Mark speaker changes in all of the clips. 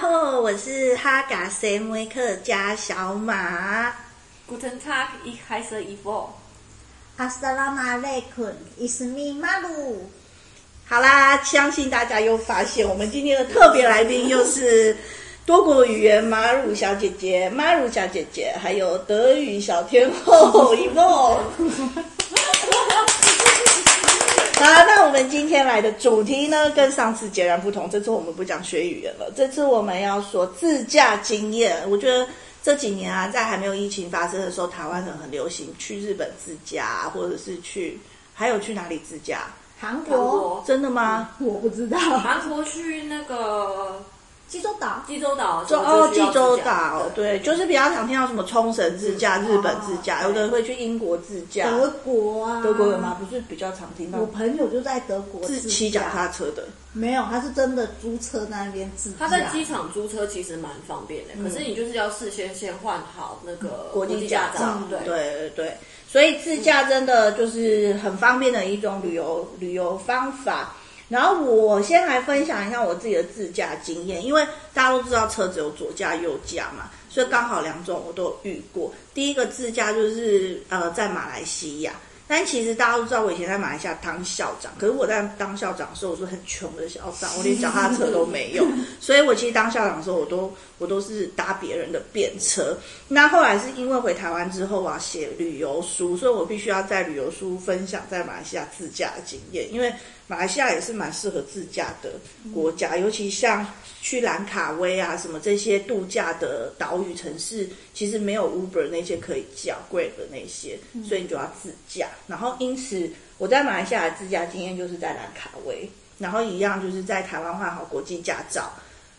Speaker 1: Hello，我是哈嘎谁梅克加小马。
Speaker 2: Guten Tag, ich heiße Ivo。
Speaker 3: 阿斯拉马勒坤伊斯密马鲁。
Speaker 1: 好啦，相信大家又发现我们今天的特别来宾又是多国语言马鲁小姐姐、马鲁小姐姐，还有德语小天后 Ivo。好啦，那我们今天来的主题呢，跟上次截然不同。这次我们不讲学语言了，这次我们要说自驾经验。我觉得这几年啊，在还没有疫情发生的时候，台湾人很流行去日本自驾啊，或者是去还有去哪里自驾？
Speaker 3: 韩
Speaker 2: 韩
Speaker 3: 国，
Speaker 2: 国，
Speaker 1: 真的吗？
Speaker 3: 我不知道。
Speaker 2: 韩国去那个
Speaker 3: 济州岛，
Speaker 2: 济州岛的时
Speaker 1: 就
Speaker 2: 候
Speaker 1: 哦，
Speaker 2: 就需
Speaker 1: 济
Speaker 2: 要自驾
Speaker 1: 州岛，对，嗯就是比较常听到什么冲绳自驾、日本自驾，有的人会去英国自驾，
Speaker 3: 德国啊，
Speaker 1: 德国人吗？？不是比较常听到
Speaker 3: 我朋友就在德国
Speaker 1: 是
Speaker 3: 自
Speaker 1: 骑脚
Speaker 3: 驾，
Speaker 1: 踏车的，
Speaker 3: 没有，他是真的租车那边自驾。
Speaker 2: 他在机场租车其实蛮方便的，可是你就是要事先先换好那个
Speaker 1: 嗯国际
Speaker 2: 际
Speaker 1: 驾
Speaker 2: 照
Speaker 1: 照，，
Speaker 2: 嗯
Speaker 1: 嗯
Speaker 2: 对，
Speaker 1: 对对，所以自驾真的就是很方便的一种旅游旅游方法。然后我先来分享一下我自己的自驾经验，因为大家都知道车子有左驾右驾嘛，所以刚好两种我都有遇过。第一个自驾就是呃在马来西亚，但其实大家都知道我以前在马来西亚当校长，可是我在当校长的时候我是很穷的校长，我连脚踏车都没有，所以我其实当校长的时候我都我都是搭别人的便车。那后来是因为回台湾之后啊，写旅游书，所以我必须要在旅游书分享在马来西亚自驾的经验，因为马来西亚也是蛮适合自驾的国家，尤其像去兰卡威啊什么这些度假的岛屿城市，其实没有 Uber 那些可以叫 Grab 的那些，所以你就要自驾。然后因此我在马来西亚的自驾经验就是在兰卡威，然后一样就是在台湾换好国际驾照。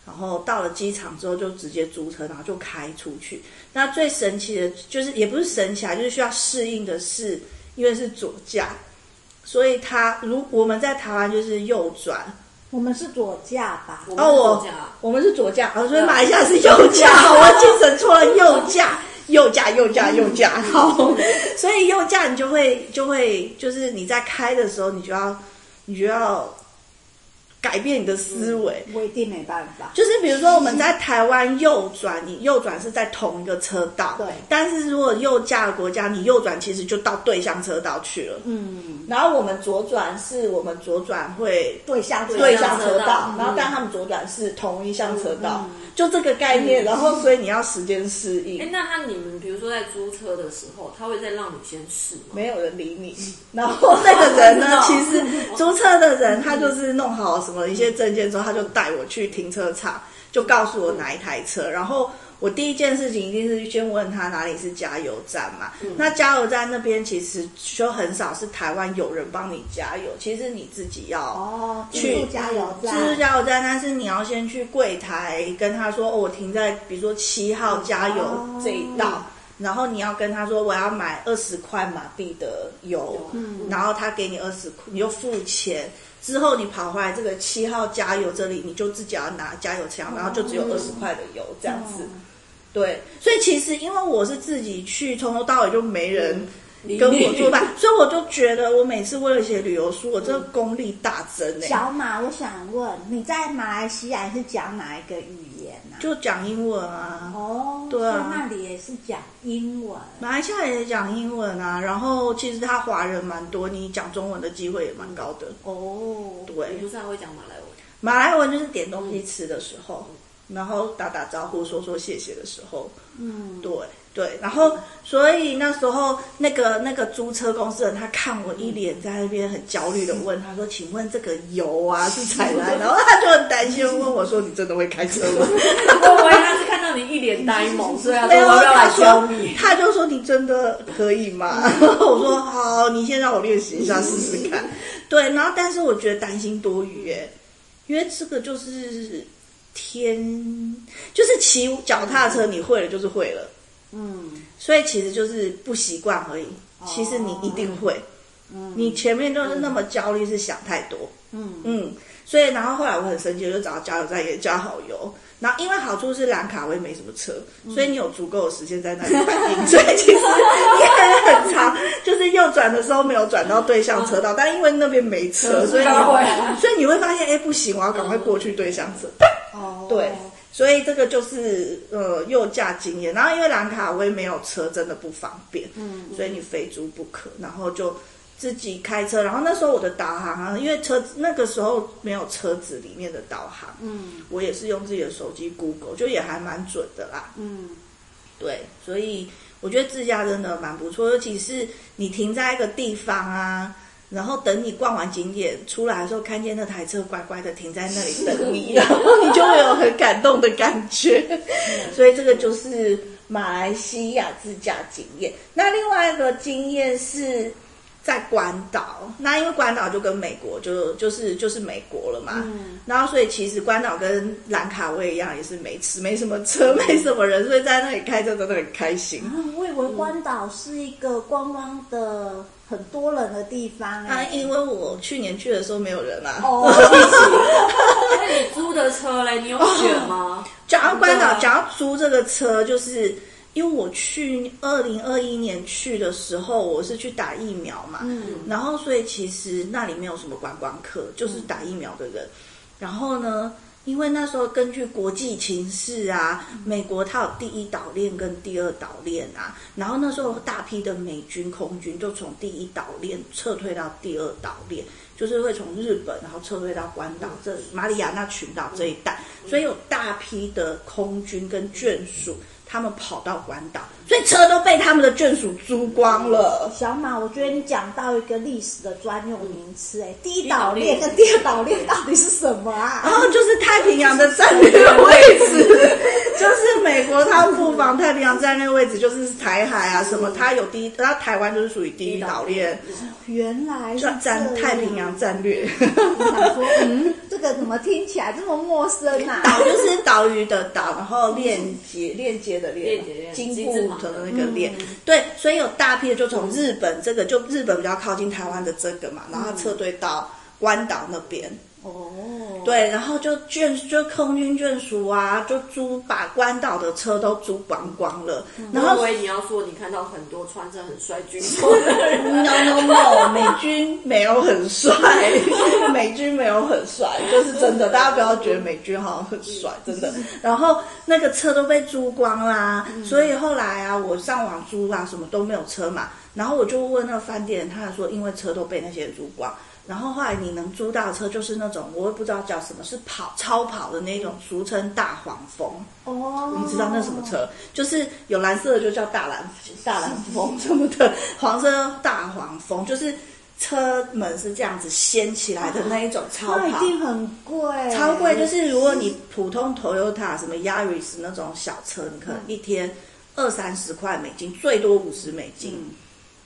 Speaker 1: 然后到了机场之后就直接租车，然后就开出去。那最神奇的就是，也不是神奇啊，就是需要适应的是，因为是左驾，所以他如我们在台湾就是右转，
Speaker 3: 我们是左驾吧？
Speaker 2: 我们
Speaker 1: 哦，
Speaker 2: 是
Speaker 1: 我
Speaker 2: 自驾啊
Speaker 1: 我们是左驾，哦，所以马来西亚是右驾， 我精神错了，右驾，右驾，右驾，右 驾，好，所以右驾你就会就会就是你在开的时候，你就要你就要改变你的思维，
Speaker 3: 我一定没办法。
Speaker 1: 就是比如说我们在台湾右转，你右转是在同一个车道，
Speaker 3: 对
Speaker 1: 但是如果右驾的国家，你右转其实就到对向车道去了。
Speaker 3: 嗯，
Speaker 1: 然后我们左转是我们左转会
Speaker 3: 对象
Speaker 1: 对
Speaker 2: 向
Speaker 1: 向
Speaker 2: 车
Speaker 1: 车
Speaker 2: 道
Speaker 1: 道
Speaker 2: 嗯，
Speaker 1: 然后但他们左转是同一向车道，
Speaker 3: 嗯
Speaker 1: 就这个概念。然后所以你要时间适
Speaker 2: 哎，
Speaker 1: 应，
Speaker 2: 那他你们比如说在租车的时候，他会再让你先试吗？
Speaker 1: 没有人理你。然后那个 人
Speaker 2: 真的
Speaker 1: 呢
Speaker 2: 哦，
Speaker 1: 其实租车的人他就是弄好什么一些证件之后，他就带我去停车场，就告诉我哪一台车，然后。我第一件事情一定是先问他哪里是加油站嘛。
Speaker 3: 嗯
Speaker 1: 那加油站那边其实就很少是台湾有人帮你加油，其实你自己要
Speaker 3: 哦，
Speaker 1: 去
Speaker 3: 去加油站，
Speaker 1: 自助加油站，但是你要先去柜台跟他说，哦，我停在比如说七号加油
Speaker 3: 哦
Speaker 1: 这一道，然后你要跟他说我要买二十块马币的油，
Speaker 3: 嗯
Speaker 1: 然后他给你二十，你就付钱。之后你跑回来这个七号加油这里，你就自己要拿加油枪，然后就只有二十块的油这样子。对，所以其实因为我是自己去，从头到尾就没人跟我作 伴，所以我就觉得我每次为了写旅游书，我真的功力大增哎、
Speaker 3: 小马，我想问你在马来西亚是讲哪一个语言啊？
Speaker 1: 就讲英文啊，
Speaker 3: 哦，
Speaker 1: 对啊
Speaker 3: 所以那里也是讲英文。
Speaker 1: 马来西亚也讲英文啊，然后其实他华人蛮多，你讲中文的机会也蛮高的。
Speaker 3: 哦，
Speaker 2: 你
Speaker 1: 对，
Speaker 2: 不是还会讲马来文？
Speaker 1: 马来文就是点东西吃的时候，然后打打招呼、说说谢谢的时候，
Speaker 3: 嗯，
Speaker 1: 对对，然后所以那时候那个那个租车公司的人，他看我一脸在那边很焦虑的问，他说：“请问这个油啊是采哪里？”然后他就很担心地问我说：“你真的会开车吗？”
Speaker 2: 我以为他是看到你一脸呆萌，啊所以他说
Speaker 1: 没有，
Speaker 2: 要不要
Speaker 1: 他
Speaker 2: 来教
Speaker 1: 说
Speaker 2: 你？
Speaker 1: 他就说你真的可以吗？ 然后我说好，你先让我练习一下试试看。对，然后但是我觉得担心多余耶，因为这个就是天，就是骑脚踏车你会了就是会了，
Speaker 3: 嗯，
Speaker 1: 所以其实就是不习惯而已。其实你一定会，
Speaker 2: 哦嗯
Speaker 1: 你前面就是那么焦虑是想太多。
Speaker 3: 嗯，
Speaker 1: 嗯，所以然后后来我很生气，我就找加油站也加好油。然后因为好处是兰卡威没什么车，所以你有足够的时间在那里反应， 所以其实你很很长，就是右转的时候没有转到对向车道，但因为那边没车，所以你
Speaker 2: 赶快
Speaker 1: 所以你会发现，哎，不行，我要赶快过去对向车道。
Speaker 3: 哦，
Speaker 1: 对，所以这个就是呃右驾经验。然后因为兰卡威没有车，真的不方便，嗯，所以你非租不可，然后就自己开车。然后那时候我的导航啊，因为车那个时候没有车子里面的导航，嗯，我也是用自己的手机 Google，就也还蛮准的啦，
Speaker 3: 嗯，
Speaker 1: 对，所以我觉得自驾真的蛮不错，尤其是你停在一个地方啊，然后等你逛完景点出来的时候，看见那台车乖乖的停在那里等你，然后你就会有很感动的感觉。所以这个就是马来西亚自驾经验。那另外一个经验是。在关岛，那因为关岛就跟美国就就是就是美国了嘛，然后所以其实关岛跟兰卡威一样，也是没吃没什么车，没什么人，所以在那里开车真的很开心。
Speaker 3: 啊，我以为关岛是一个观光的很多人的地方
Speaker 1: 啊，
Speaker 3: 哎、
Speaker 1: 因为我去年去的时候没有人啦、啊。
Speaker 3: 哦，
Speaker 2: 那你租的车嘞，你有选吗？
Speaker 1: 讲到关岛，
Speaker 2: 对
Speaker 1: 讲到租这个车，就是因为我去二零二一年去的时候，我是去打疫苗嘛，然后所以其实那里没有什么观光客，就是打疫苗的人。然后呢，因为那时候根据国际情势啊，美国它有第一岛链跟第二岛链啊，然后那时候大批的美军空军就从第一岛链撤退到第二岛链，就是会从日本然后撤退到关岛这里马里亚纳群岛这一带，所以有大批的空军跟眷属。他们跑到关岛，所以车都被他们的眷属租光了。
Speaker 3: 小马，我觉得你讲到一个历史的专用名词，
Speaker 1: 嗯
Speaker 3: 哎，第一
Speaker 2: 岛
Speaker 3: 岛
Speaker 2: 链
Speaker 3: 链跟第二岛链到底是什么
Speaker 1: 然
Speaker 3: 啊？
Speaker 1: 后就是太平洋的战略位 置，就是美国它布防太平洋战略位置就是台海啊什么，它有第一，它台湾就是属于第一岛链，
Speaker 3: 原来是
Speaker 1: 就战
Speaker 3: 这样
Speaker 1: 太平洋战略，
Speaker 3: 我想说，嗯，这个怎么听起来这么陌生 啊？
Speaker 1: 岛就是岛屿的岛，然后链接链接的链
Speaker 2: 链接链，
Speaker 1: 金
Speaker 2: 金
Speaker 1: 固
Speaker 2: 字嗯旁
Speaker 1: 的
Speaker 2: 的
Speaker 1: 那个链，对，所以有大批的就从日本这个，就日本比较靠近台湾的这个嘛，然
Speaker 2: 嗯
Speaker 1: 后撤退到关岛那边，
Speaker 3: 哦，
Speaker 1: 对，然后就眷就空军眷属啊，就租把关岛的车都租光光了，然后
Speaker 2: 嗯我以为你要说你看到很多穿着很帅军装的人，
Speaker 1: no no no，美军没有很帅， 美军没有很帅，就是真的，大家不要觉得美军好像很帅，真的。然后那个车都被租光啦，所以后来啊，我上网租啊，什么都没有车嘛。然后我就问那个饭店人，他还说因为车都被那些人租光。然后后来你能租到的车，就是那种我也不知道叫什么，是跑超跑的那种，俗称大黄蜂。
Speaker 3: 哦，
Speaker 1: 你知道那什么？车？就是有蓝色的就叫大蓝大蓝风什么的，黄色叫大黄蜂，就是车门是这样子掀起来的那一种超
Speaker 3: 哦那一
Speaker 1: 跑。
Speaker 3: 定很贵，
Speaker 1: 超贵，就是如果你普通 Toyota 什么 Yaris 那种小车，你可能一天二三十块美金，最多五十美金。
Speaker 3: 嗯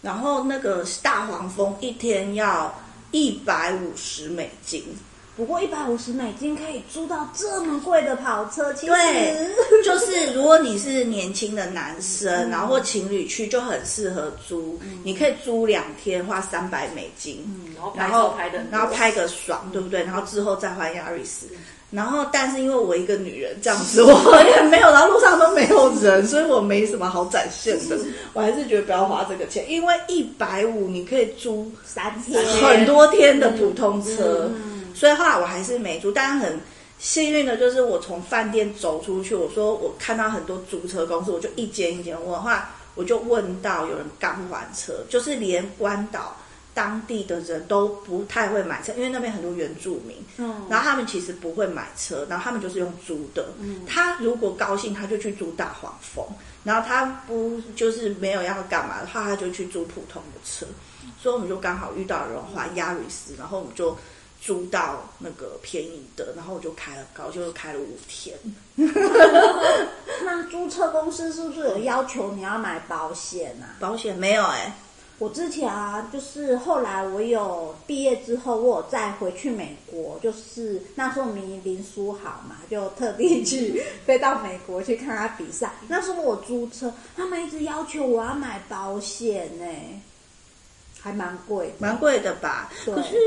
Speaker 1: 然后那个大黄蜂一天要一百五十美金，
Speaker 3: 不过一百五十美金可以租到这么贵的跑车，其实
Speaker 1: 对，就是如果你是年轻的男
Speaker 2: 嗯
Speaker 1: 生，然后或情侣去，就很适合租。你可以租两天，花三百美金，
Speaker 2: 然后拍
Speaker 1: 然后
Speaker 2: 照嗯拍的，
Speaker 1: 然后拍个爽，
Speaker 2: 嗯
Speaker 1: 对不对？然后之后再换 Yaris。然后，但是因为我一个女人这样子，我也没有，然后路上都没有人，所以我没什么好展现 的。我还是觉得不要花这个钱，因为一百五你可以租
Speaker 3: 三天
Speaker 1: 很多天的普通车，所以后来我还是没租。但很幸运的就是，我从饭店走出去，我说我看到很多租车公司，我就一间一间问，后来我就问到有人刚还车，就是连关岛。当地的人都不太会买车，因为那边很多原住民，
Speaker 3: 嗯
Speaker 1: 然后他们其实不会买车，然后他们就是用租的。
Speaker 3: 嗯
Speaker 1: 他如果高兴，他就去租大黄蜂；然后他不就是没有要干嘛的话，他就去租普通的车。所以我们就刚好遇到有人花亚瑞斯，然后我们就租到那个便宜的，然后我就开了高，就开了五天。
Speaker 3: 那租车公司是不是有要求你要买保险啊？
Speaker 1: 保险没有哎、
Speaker 3: 我之前啊，就是后来我有毕业之后，我有再回去美国，就是那时候迷林书豪嘛，就特地去飞到美国去看他比赛。那时候我租车，他们一直要求我要买保险呢、还蛮贵的。
Speaker 1: 蛮贵的吧？
Speaker 3: 对嗯
Speaker 1: 可是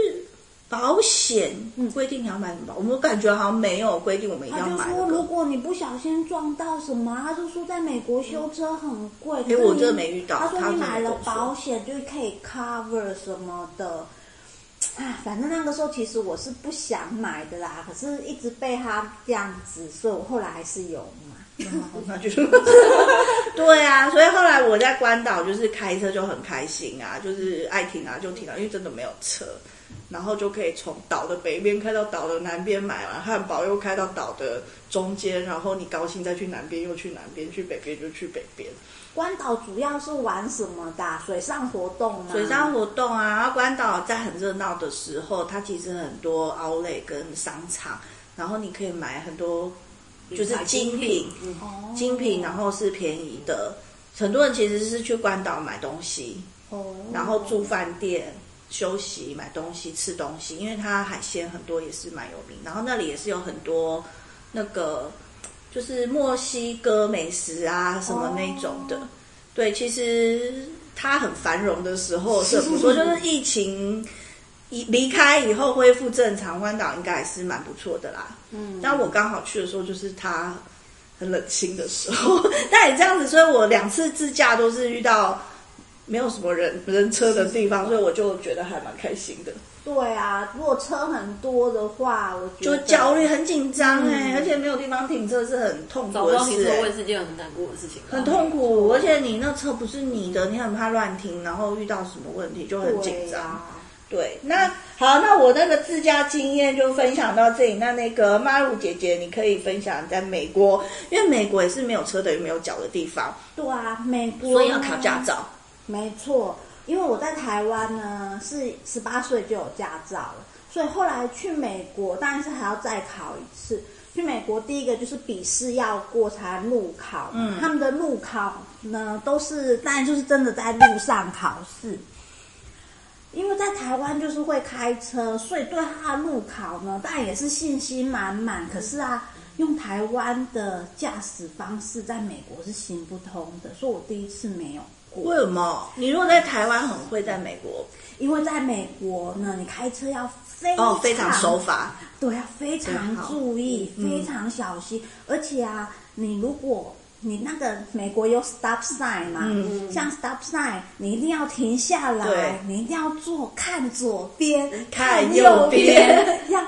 Speaker 1: 保险规定你要买什么？我们感觉好像没有规定我们一定
Speaker 3: 他
Speaker 1: 要
Speaker 3: 就
Speaker 1: 买、那
Speaker 3: 说，
Speaker 1: 个
Speaker 3: 如果你不小心撞到什么，他就说在美国修车很贵。可是
Speaker 1: 哎我
Speaker 3: 你
Speaker 1: 真的没遇到
Speaker 3: 他说
Speaker 1: 他
Speaker 3: 你
Speaker 1: 真的
Speaker 3: 买
Speaker 1: 没
Speaker 3: 了
Speaker 1: 跟我说
Speaker 3: 保险就可以 cover 什么的。啊，反正那个时候其实我是不想买的啦，可是一直被他这样子，所以我后来还是有买。
Speaker 1: 那就是对啊，所以后来我在关岛就是开车就很开心啊，就是爱停啊就停啊，因为真的没有车，然后就可以从岛的北边开到岛的南边买啊完汉堡，又开到岛的中间，然后你高兴再去南边，又去南边，去北边就去北边。
Speaker 3: 关岛主要是玩什么的啊、水上活动吗？
Speaker 1: 水上活动啊，然后关岛在很热闹的时候，它其实很多 outlet 跟商场，然后你可以买很多就是精品，
Speaker 2: 嗯
Speaker 3: 哦
Speaker 1: 精品，然后是便宜的。很多人其实是去关岛买东西，
Speaker 3: 哦，
Speaker 1: 然后住饭店、休息、买东西、吃东西，因为它海鲜很多也是蛮有名。然后那里也是有很多那个就是墨西哥美食啊什么那种
Speaker 2: 哦
Speaker 1: 的。对，其实它很繁荣的时候是很不错，就是疫情。一离开以后恢复正常，关岛应该还是蛮不错的啦。嗯，但我刚好去的时候，就是它很冷清的时候。 但也这样子，所以我两次自驾都是遇到没有什么人人车的地
Speaker 2: 嗯
Speaker 1: 方，所以我就觉得还蛮开心的。
Speaker 3: 对啊，如果车很多的话，我觉
Speaker 1: 就
Speaker 3: 得
Speaker 1: 焦虑很紧张哎，而且没有地方停车是很痛
Speaker 2: 嗯找
Speaker 1: 苦
Speaker 2: 不
Speaker 1: 的
Speaker 2: 到停
Speaker 1: 事、
Speaker 2: 车位
Speaker 1: 欸，
Speaker 2: 是件很难过的事情吧，
Speaker 1: 很痛苦。而且你那车不是你的，你很怕乱停，然后遇到什么问题就很紧
Speaker 3: 对
Speaker 1: 张。
Speaker 3: 啊。
Speaker 1: 对，那好，那我那个自驾经验就分享到这里。那那个妈鲁姐姐，你可以分享你在美国，因为美国也是没有车等于没有脚的地方，
Speaker 3: 对啊，美国
Speaker 1: 所以要考驾照。
Speaker 3: 没错，因为我在台湾呢是十八岁就有驾照了，所以后来去美国当然是还要再考一次。去美国第一个就是笔试要过才能路考，嗯，他们的路考呢都是当然就是真的在路上考试。因为在台湾就是会开车，所以对他的路考呢，当然也是信心满满。可是啊，用台湾的驾驶方式在美国是行不通的，所以我第一次没有过。
Speaker 1: 为什么？你如果在台湾很会，在美国
Speaker 3: 因为在美国呢，你开车要非常
Speaker 1: 哦非常守，法，
Speaker 3: 对，要非常注意，
Speaker 1: 嗯
Speaker 3: 非常小心。而且啊，你如果你那个美国有 stop sign 嘛，像 stop sign，你一定要停下
Speaker 1: 嗯对
Speaker 3: 来，你一定要做看左边，
Speaker 1: 看右
Speaker 3: 右
Speaker 1: 边，
Speaker 3: 要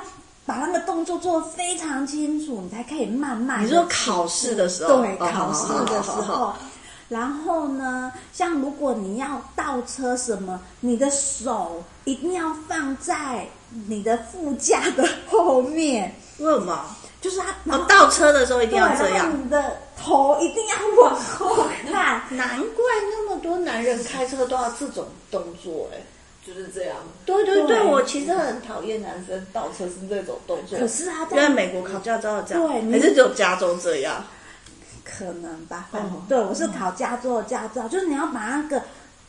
Speaker 3: 把那个动作做得非常清楚，你才可以慢慢地
Speaker 1: 你说考试的时候，
Speaker 3: 对，
Speaker 1: 哦
Speaker 3: 考试的时，
Speaker 1: 好好好好
Speaker 3: 候
Speaker 1: 好。
Speaker 3: 然后呢，像如果你要倒车什么，你的手一定要放在你的副驾的后面，
Speaker 1: 为什么？
Speaker 3: 就是它
Speaker 1: 哦，倒车的时候一定
Speaker 3: 对，
Speaker 1: 要这
Speaker 3: 然后
Speaker 1: 样。
Speaker 3: 你的头一定要往后看。
Speaker 1: 难怪那么多男人开车都要这种动作、哎，
Speaker 2: 就是这样。
Speaker 1: 对对对，
Speaker 3: 对
Speaker 1: 我其实很讨厌男生倒车是这种动作。
Speaker 3: 可是啊在
Speaker 1: 在美国考驾照这样，
Speaker 3: 对你
Speaker 1: 还是只有加州这样？
Speaker 3: 可能吧，反
Speaker 1: 哦嗯
Speaker 3: 对我是考驾照的驾照，就是你要把那个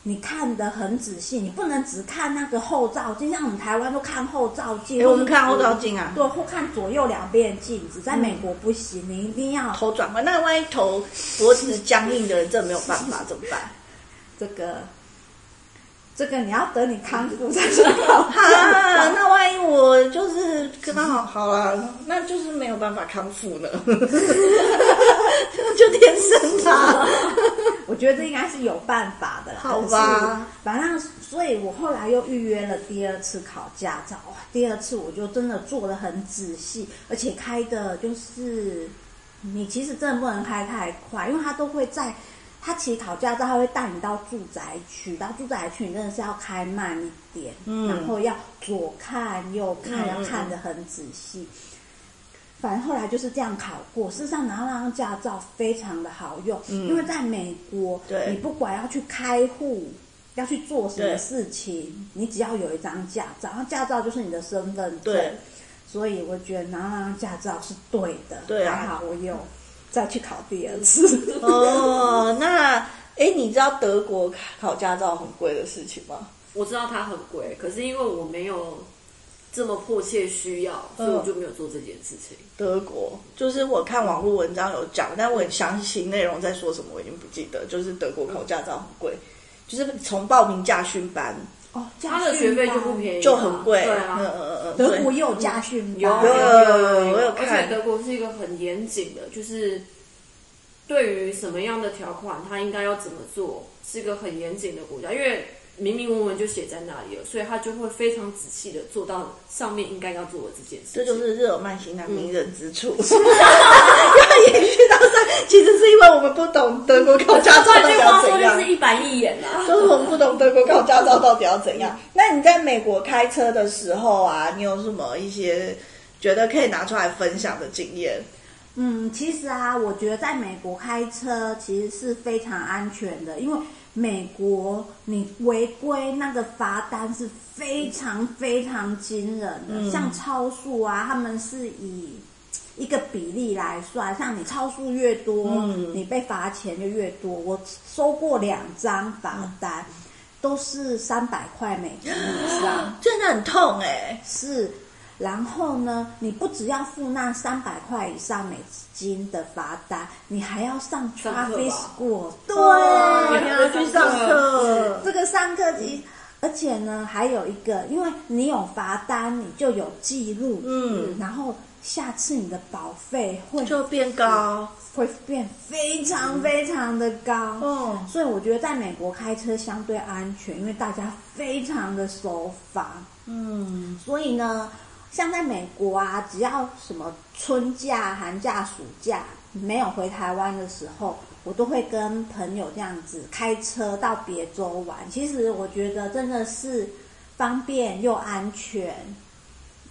Speaker 3: 你看得很仔细，你不能只看那个后照镜，像我们台湾都看后照镜，
Speaker 1: 哎，我们看后照镜啊，嗯
Speaker 3: 对，或看左右两边的镜子，在美国不行，你一定要
Speaker 1: 头转过来，那万一头脖子僵硬的人，这没有办法，怎么 办？
Speaker 3: 这个，这个你要等你康复才 知道。
Speaker 1: 哈，那万一我就是跟他好好了，那就是没有办法康复 呢，就天生 的。
Speaker 3: 我觉得这应该是有办法的啦。
Speaker 1: 好吧
Speaker 3: 可是，反正所以我后来又预约了第二次考驾照，哇，第二次我就真的做的很仔细，而且开的就是你其实真的不能开太快，因为它都会在。它其实考驾照，它会带你到住宅区，到住宅区你真的是要开慢一点，
Speaker 1: 嗯
Speaker 3: 然后要左看右看，
Speaker 1: 嗯嗯
Speaker 3: 要看得很仔细。反正后来就是这样考过。事实上，拿到那张驾照非常的好用，因为在美国，
Speaker 1: 嗯对
Speaker 3: 你不管要去开户，要去做什
Speaker 1: 对
Speaker 3: 么事情，你只要有一张驾照，那驾照就是你的身份证
Speaker 1: 对。
Speaker 3: 所以我觉得拿到那张驾照是对的，
Speaker 1: 对啊
Speaker 3: 还好我有再去考第二 次。
Speaker 1: 哦，那哎，诶你知道德国考驾照很贵的事情吗？
Speaker 2: 我知道它很贵，可是因为我没有这么迫切需要，所以我就没有做这件事情。
Speaker 1: 德国就是我看网络文章有讲，但我很详细内容在说什么我已经不记得。就是德国考驾照很贵，就是从报名驾训班
Speaker 3: 哦，
Speaker 2: 它的学费就不
Speaker 3: 宜。
Speaker 2: 便宜啊，
Speaker 1: 就很贵，
Speaker 2: 对
Speaker 1: 嗯
Speaker 2: 啊。
Speaker 1: 嗯嗯嗯，
Speaker 3: 德国
Speaker 1: 对
Speaker 3: 也有驾训班，
Speaker 2: 有
Speaker 1: 有有有我有
Speaker 2: 而
Speaker 1: 看
Speaker 2: 且德国是一个很严谨的，就是对于什么样的条款，它应该要怎么做，是一个很严谨的国家。因为明明文文就写在那里了，所以他就会非常仔细的做到上面应该要做的这件事
Speaker 1: 这
Speaker 2: 情。
Speaker 1: 就是日耳曼型男迷人之处，
Speaker 3: 嗯
Speaker 1: 要延续到上， 其实是因为我们不懂德国考驾照
Speaker 4: 换
Speaker 1: 到底
Speaker 4: 句
Speaker 1: 要
Speaker 4: 话说
Speaker 1: 怎样
Speaker 4: 就。是一板一眼啦。
Speaker 1: 就是我们不懂德国考驾照到底要怎
Speaker 3: 嗯
Speaker 1: 样。那你在美国开车的时候啊，你有什么一些觉得可以拿出来分享的经验？
Speaker 3: 嗯，其实啊，我觉得在美国开车其实是非常安全的，因为美国你违规那个罚单是非常非常惊人的，像超速啊，他们是以一个比例来算，像你超速越多，你被罚钱就越多。我收过两张罚单，都是三百块美金以上。
Speaker 1: 真的很痛哎、
Speaker 3: 是，然后呢，你不只要付那三百块以上美金的罚单，你还要上
Speaker 2: 上课
Speaker 3: traffic
Speaker 2: 吧
Speaker 3: school，
Speaker 1: 你
Speaker 3: 对，
Speaker 1: 还要去上课，
Speaker 3: 这个上课机。而且呢，还有一个，因为你有罚单，你就有记录，
Speaker 1: 嗯，
Speaker 3: 然后下次你的保费会
Speaker 1: 就变高。
Speaker 3: 会变非常非常的高，
Speaker 1: 哦
Speaker 3: 所以我觉得在美国开车相对安全，因为大家非常的守法，
Speaker 1: 嗯，
Speaker 3: 所以呢，像在美国啊，只要什么春假、寒假、暑假没有回台湾的时候，我都会跟朋友这样子开车到别州玩。其实我觉得真的是方便又安全，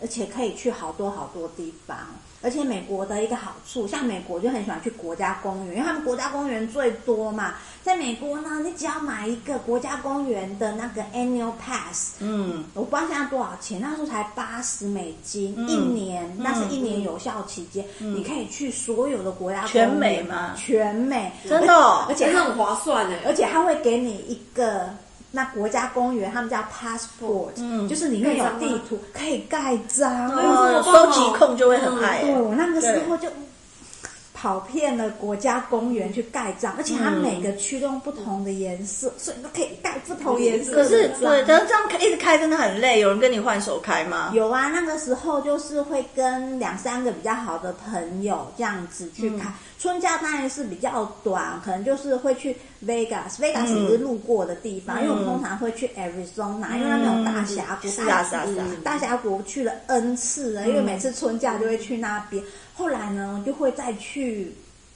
Speaker 3: 而且可以去好多好多地方。而且美国的一个好处，像美国就很喜欢去国家公园，因为他们国家公园最多嘛。在美国呢，你只要买一个国家公园的那个 annual pass，
Speaker 1: 嗯，
Speaker 3: 我不知道现在多少钱，那时候才八十美金、
Speaker 1: 嗯
Speaker 3: 一年，那是一年有效期间，你可以去所有的国家公园
Speaker 1: 全美吗
Speaker 3: 全美，
Speaker 1: 真的哦
Speaker 3: 而
Speaker 2: 而且
Speaker 3: 且
Speaker 2: 它
Speaker 3: 它
Speaker 2: 很划算哎，
Speaker 3: 而且它会给你一个那国家公园，他们叫 passport，嗯，就是里面有地图，可
Speaker 1: 啊
Speaker 3: 以盖章，
Speaker 1: 哦，
Speaker 2: 这么
Speaker 1: 收
Speaker 2: 棒哦
Speaker 1: 集控就会很爱、
Speaker 3: 对，我那个时候
Speaker 1: 对
Speaker 3: 就跑遍了国家公园去盖章，而且它
Speaker 1: 嗯
Speaker 3: 每个区都用不同的颜色，所以你都可以盖不同颜色
Speaker 1: 嗯可
Speaker 3: 的
Speaker 1: 是
Speaker 3: 章。
Speaker 1: 对，但是这样开一直开真的很累。有人跟你换手开吗？
Speaker 3: 有啊，那个时候就是会跟两三个比较好的朋友这样子去看。春假当然是比较短，可能就是会去 Vegas，Vegas 只是路过的地方，因为我们通常会去 Arizona，、因为那边有大峡谷，
Speaker 1: 是
Speaker 3: 大
Speaker 1: 啊是啊是啊
Speaker 3: 大峡谷去了 N 次啊了，因为每次春假就会去那边。后来呢，就会再去。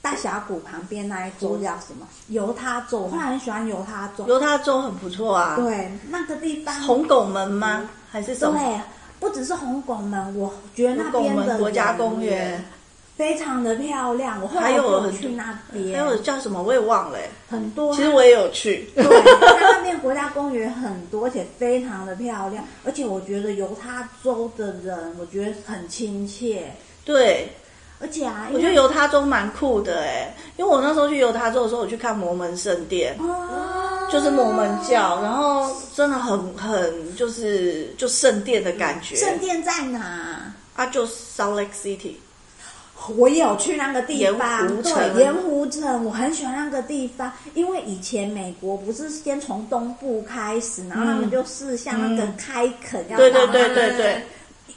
Speaker 3: 大峡谷旁边那一州叫什么？犹他州，我后来很喜欢犹他州。
Speaker 1: 犹他州很不错啊，
Speaker 3: 对，那个地方
Speaker 1: 红拱门吗？还是什么？
Speaker 3: 对，不只是红拱门，我觉得那
Speaker 1: 红拱
Speaker 3: 边
Speaker 1: 门
Speaker 3: 的
Speaker 1: 国家
Speaker 3: 人
Speaker 1: 公园，
Speaker 3: 非常的漂亮。我后
Speaker 1: 还
Speaker 3: 来
Speaker 1: 有
Speaker 3: 就
Speaker 1: 很
Speaker 3: 去那
Speaker 1: 还
Speaker 3: 边，
Speaker 1: 有叫什么我也忘了、欸。
Speaker 3: 很多啊。
Speaker 1: 其实我也有去，
Speaker 3: 对，那边国家公园很多，而且非常的漂亮。而且我觉得犹他州的人，我觉得很亲切。
Speaker 1: 对，
Speaker 3: 而且啊，因
Speaker 1: 我觉得
Speaker 3: 为
Speaker 1: 犹他州蛮酷的哎、因为我那时候去犹他州的时候，我去看摩门圣殿，
Speaker 3: 啊
Speaker 1: 就是摩门教，然后真的很很就是就圣殿的感觉。
Speaker 3: 圣殿在哪？
Speaker 1: 啊，就 Salt Lake City，
Speaker 3: 我也有去那个地
Speaker 1: 盐湖
Speaker 3: 方，
Speaker 1: 城
Speaker 3: 对，盐湖城，我很喜欢那个地方，因为以前美国不是先从东部开始，然后他们就是像那个开垦要
Speaker 1: 嗯对
Speaker 3: 到
Speaker 1: 对对对对，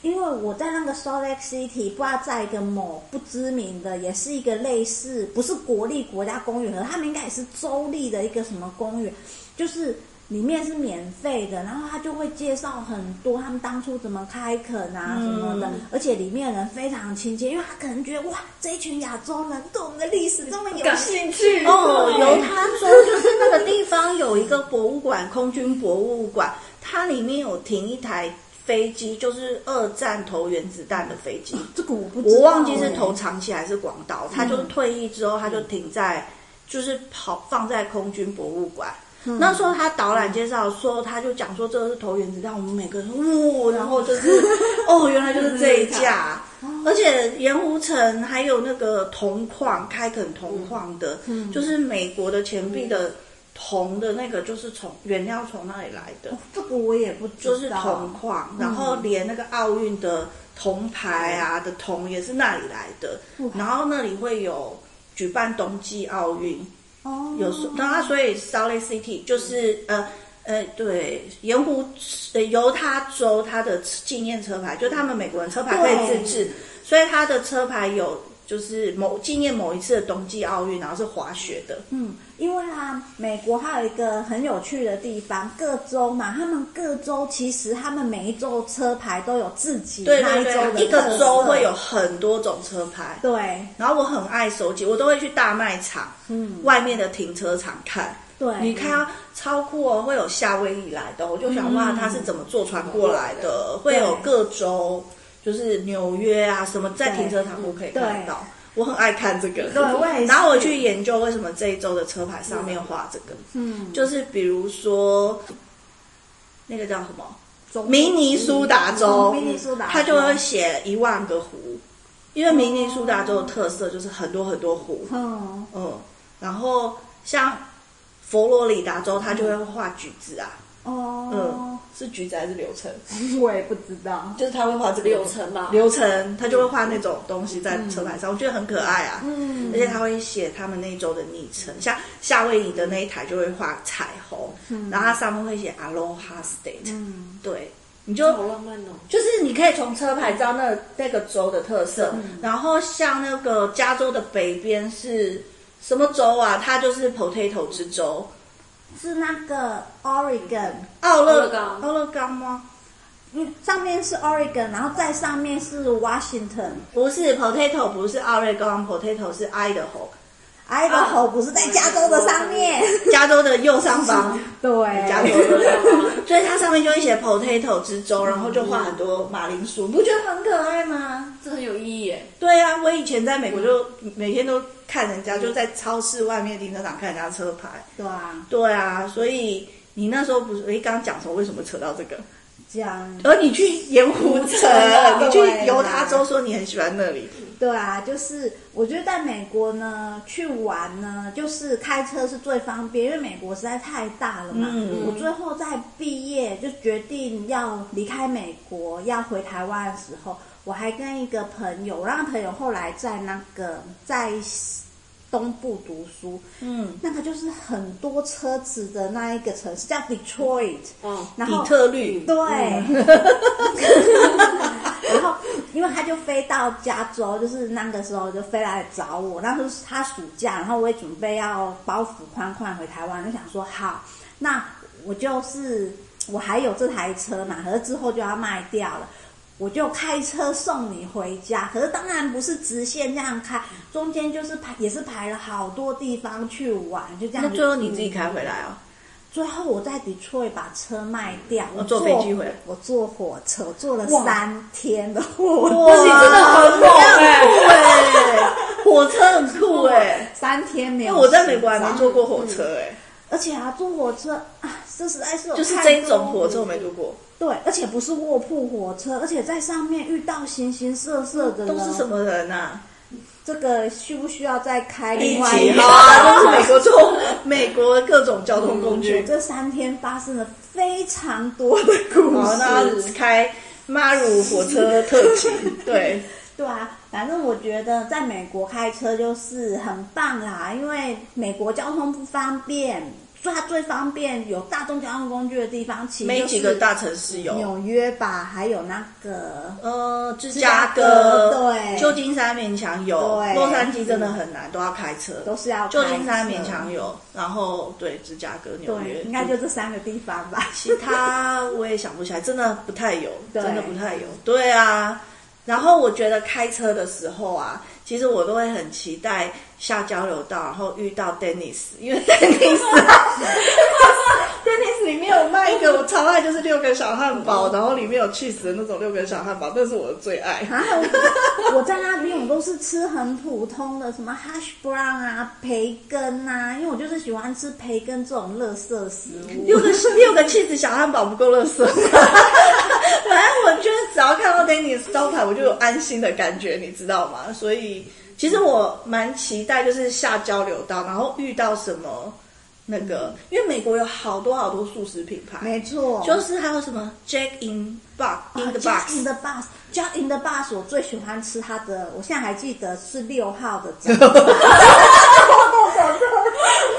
Speaker 3: 因为我在那个 Salt Lake City，不知道在一个某不知名的，也是一个类似不是国立国家公园，可是他们应该也是州立的一个什么公园，就是里面是免费的，然后他就会介绍很多他们当初怎么开垦啊什么的，而且里面人非常亲切，因为他可能觉得哇，这一群亚洲人对我们的历史这么有
Speaker 2: 感兴
Speaker 3: 兴
Speaker 2: 趣
Speaker 1: 哦，
Speaker 2: 对
Speaker 1: 犹他州就是那个地方有一个博物馆，空军博物馆，它里面有停一台飞机，就是二战投原子弹的飞机，
Speaker 3: 这个我不知道
Speaker 1: 我
Speaker 3: 嗯
Speaker 1: 忘记是
Speaker 3: 欸
Speaker 1: 投长崎还是广岛，他就是退役之后，他就停在，就是跑放在空军博物馆。
Speaker 3: 嗯
Speaker 1: 那时候他导览介绍说，他就讲说这个是投原子弹，我们每个人说哇，然后就是 哦，原来就是这一架，
Speaker 3: 哦
Speaker 1: 而且盐湖城还有那个铜矿开垦铜矿的，
Speaker 3: 嗯
Speaker 1: 就是美国的钱币的铜的那个，就是从原料从那里来的。
Speaker 3: 这个我也不知道，嗯
Speaker 1: 就是铜矿，然后连那个奥运的铜牌啊的铜也是那里来的，然后那里会有举办冬季奥运，
Speaker 3: 哦，
Speaker 1: 有时然后所以 Salt Lake City 就是呃呃对盐湖呃犹他州它的纪念车牌，就他们美国人车牌可以自制，所以它的车牌有就是某纪念某一次的冬季奥运，然后是滑雪的，
Speaker 3: 嗯，因为啊，美国还有一个很有趣的地方，各州嘛，他们各州其实他们每一州车牌都有自己
Speaker 1: 对
Speaker 3: 那一
Speaker 1: 对
Speaker 3: 州的
Speaker 1: 对，一个州
Speaker 3: 特色
Speaker 1: 会有很多种车牌。
Speaker 3: 对
Speaker 1: 然后我很爱收集，我都会去大卖场，嗯，外面的停车场看。
Speaker 3: 对，
Speaker 1: 你看啊，超酷哦，会有夏威夷来的，我就想哇，它是怎么坐船过来
Speaker 3: 嗯
Speaker 1: 的？会有各州，就是纽约啊什么，在停车场都可以看到。我很爱看这个，
Speaker 3: 对我也是
Speaker 1: 然后我去研究为什么这一周的车牌上面画这个，
Speaker 3: 嗯，
Speaker 1: 就是比如说那个叫什么
Speaker 3: 中
Speaker 1: 明尼苏达州，
Speaker 3: 嗯明尼苏达州
Speaker 1: 他就会写一万个湖，因为明尼苏达州的特色就是很多很多湖，
Speaker 3: 嗯
Speaker 1: 嗯，然后像佛罗里达州，它就会画橘子啊，嗯
Speaker 3: 哦，，
Speaker 1: 是橘子还是流程？
Speaker 3: 我也不知道，
Speaker 1: 就是他会画这个
Speaker 2: 流程吧
Speaker 1: 流程他就会画那种东西在车牌上，我觉得很可爱啊，
Speaker 3: 嗯
Speaker 1: 而且他会写他们那一周的昵称，像夏威夷的那一台就会画彩虹，然后它上面会写 Aloha State，、
Speaker 3: 嗯
Speaker 1: 对，你就
Speaker 2: 好浪漫哦。
Speaker 1: 就是你可以从车牌知道那那个州的特色，
Speaker 2: 嗯
Speaker 1: 然后像那个加州的北边是什么州啊？它就是 potato 之州，
Speaker 3: 是那个 Oregon，
Speaker 1: 奥勒
Speaker 2: 勒冈
Speaker 1: 奥勒冈吗？
Speaker 3: 嗯，上面是 Oregon，然后再上面是 Washington。
Speaker 1: 不是 potato，不是奥勒冈，potato 是 Idaho，
Speaker 3: i d
Speaker 1: 啊
Speaker 3: 吼啊不是在加州的上面，
Speaker 1: 加州的右上 方，
Speaker 3: 对
Speaker 1: 加州的右上方，所以它上面就会写 potato 之
Speaker 2: 嗯
Speaker 1: 州，然后就画很多马铃薯，你不觉得很可爱吗？
Speaker 2: 这很有意义耶。
Speaker 1: 对啊，我以前在美国就每天都看人家，就在超市外面停车场看人家车牌。
Speaker 3: 对啊，
Speaker 1: 对啊，所以你那时候不是诶，刚刚讲说为什么扯到这个？
Speaker 3: 这样
Speaker 1: 而你去盐湖城
Speaker 3: 啊，
Speaker 1: 你
Speaker 3: 对啊
Speaker 1: 去犹他州说你很喜欢那里，
Speaker 3: 对啊，就是我觉得在美国呢去玩呢，就是开车是最方便，因为美国实在太大了嘛。
Speaker 1: 嗯
Speaker 3: 我最后在毕业就决定要离开美国，要回台湾的时候，我还跟一个朋友，我让朋友后来在那个在东部读书，
Speaker 1: 嗯，
Speaker 3: 那个就是很多车子的那一个城市叫 Detroit，
Speaker 2: 哦，
Speaker 3: 然
Speaker 1: 底
Speaker 3: 后
Speaker 1: 特律，
Speaker 3: 对，
Speaker 1: 嗯
Speaker 3: 然后因为他就飞到加州，就是那个时候就飞来找我。那时候是他暑假，然后我也准备要包袱宽宽回台湾，就想说好，那我就是我还有这台车嘛，可是之后就要卖掉了。我就开车送你回家，可是当然不是直线这样开，中间就是排也是排了好多地方去玩，就这样
Speaker 1: 那
Speaker 3: 子。
Speaker 1: 最后你自己开回来啊？
Speaker 3: 最后我在 Detroit 把车卖掉，我
Speaker 1: 哦坐飞机回来
Speaker 3: 我坐火车，我坐了三天的火
Speaker 1: 哇，
Speaker 3: 车，
Speaker 2: 真的很猛哎
Speaker 1: 很酷哎，火车很酷哎，
Speaker 3: 三天没
Speaker 1: 因
Speaker 3: 有。
Speaker 1: 为我在美国还没坐，过火车哎，
Speaker 3: 而且啊，坐火车啊，这实在是有
Speaker 1: 就是
Speaker 3: 太多
Speaker 1: 这一种火车我没坐过，
Speaker 3: 对，而且不是卧铺火车，而且在上面遇到形形色色的人，
Speaker 1: 嗯都是什？么人啊？
Speaker 3: 这个需不需要再开
Speaker 1: 一
Speaker 3: 另外
Speaker 1: 起
Speaker 3: 个
Speaker 1: 哈，都是美国中美国各种交通工具
Speaker 3: 我。这三天发生了非常多的故
Speaker 1: 好，那
Speaker 3: 事。
Speaker 1: 开马鲁火车特辑，对，
Speaker 3: 对啊，反正我觉得在美国开车就是很棒啦，因为美国交通不方便，所以它最方便有大众交通工具的地方，其实
Speaker 1: 没
Speaker 3: 就
Speaker 1: 几个
Speaker 3: 是
Speaker 1: 大城市有。
Speaker 3: 纽约吧，还有那个
Speaker 1: 呃，芝
Speaker 3: 加
Speaker 1: 加
Speaker 3: 哥
Speaker 1: 哥、
Speaker 3: 对
Speaker 1: 旧金山勉强有，
Speaker 3: 对
Speaker 1: 洛杉矶真的很难，都要开车。
Speaker 3: 都是要
Speaker 1: 旧金山
Speaker 3: 开车
Speaker 1: 勉强有，然后对芝加哥、纽约
Speaker 3: 对，，应该就这三个地方吧。
Speaker 1: 其他我也想不起来，真的不太有，
Speaker 3: 对
Speaker 1: 真的不太有。对啊，然后我觉得开车的时候啊，其实我都会很期待下交流道，然后遇到 Dennis，因 为 Dennis 啊，Dennis 里面有卖一个我超爱，就是六根小汉
Speaker 3: 嗯
Speaker 1: 堡，然后里面有 cheese 的那种六根小汉堡，那是我的最爱。
Speaker 3: 然后啊我在那边我都是吃很普通的，什么 hash brown 啊、培根啊，因为我就是喜欢吃培根这种垃圾食物。
Speaker 1: 六个六个 cheese 小汉堡不够乐 色吗？反正我就是只要看到 Dennis 招牌，我就有安心的感觉，你知道吗？所以其实我蛮期待，就是下交流道，然后遇到什么那个，因为美国有好多好多素食品牌，
Speaker 3: 没错，啊
Speaker 1: 就是还有什么 Jack in Box in the
Speaker 3: Jack
Speaker 1: Box，
Speaker 3: in the box, Jack in the box，我最喜欢吃它的，我现在还记得是六号的饺子，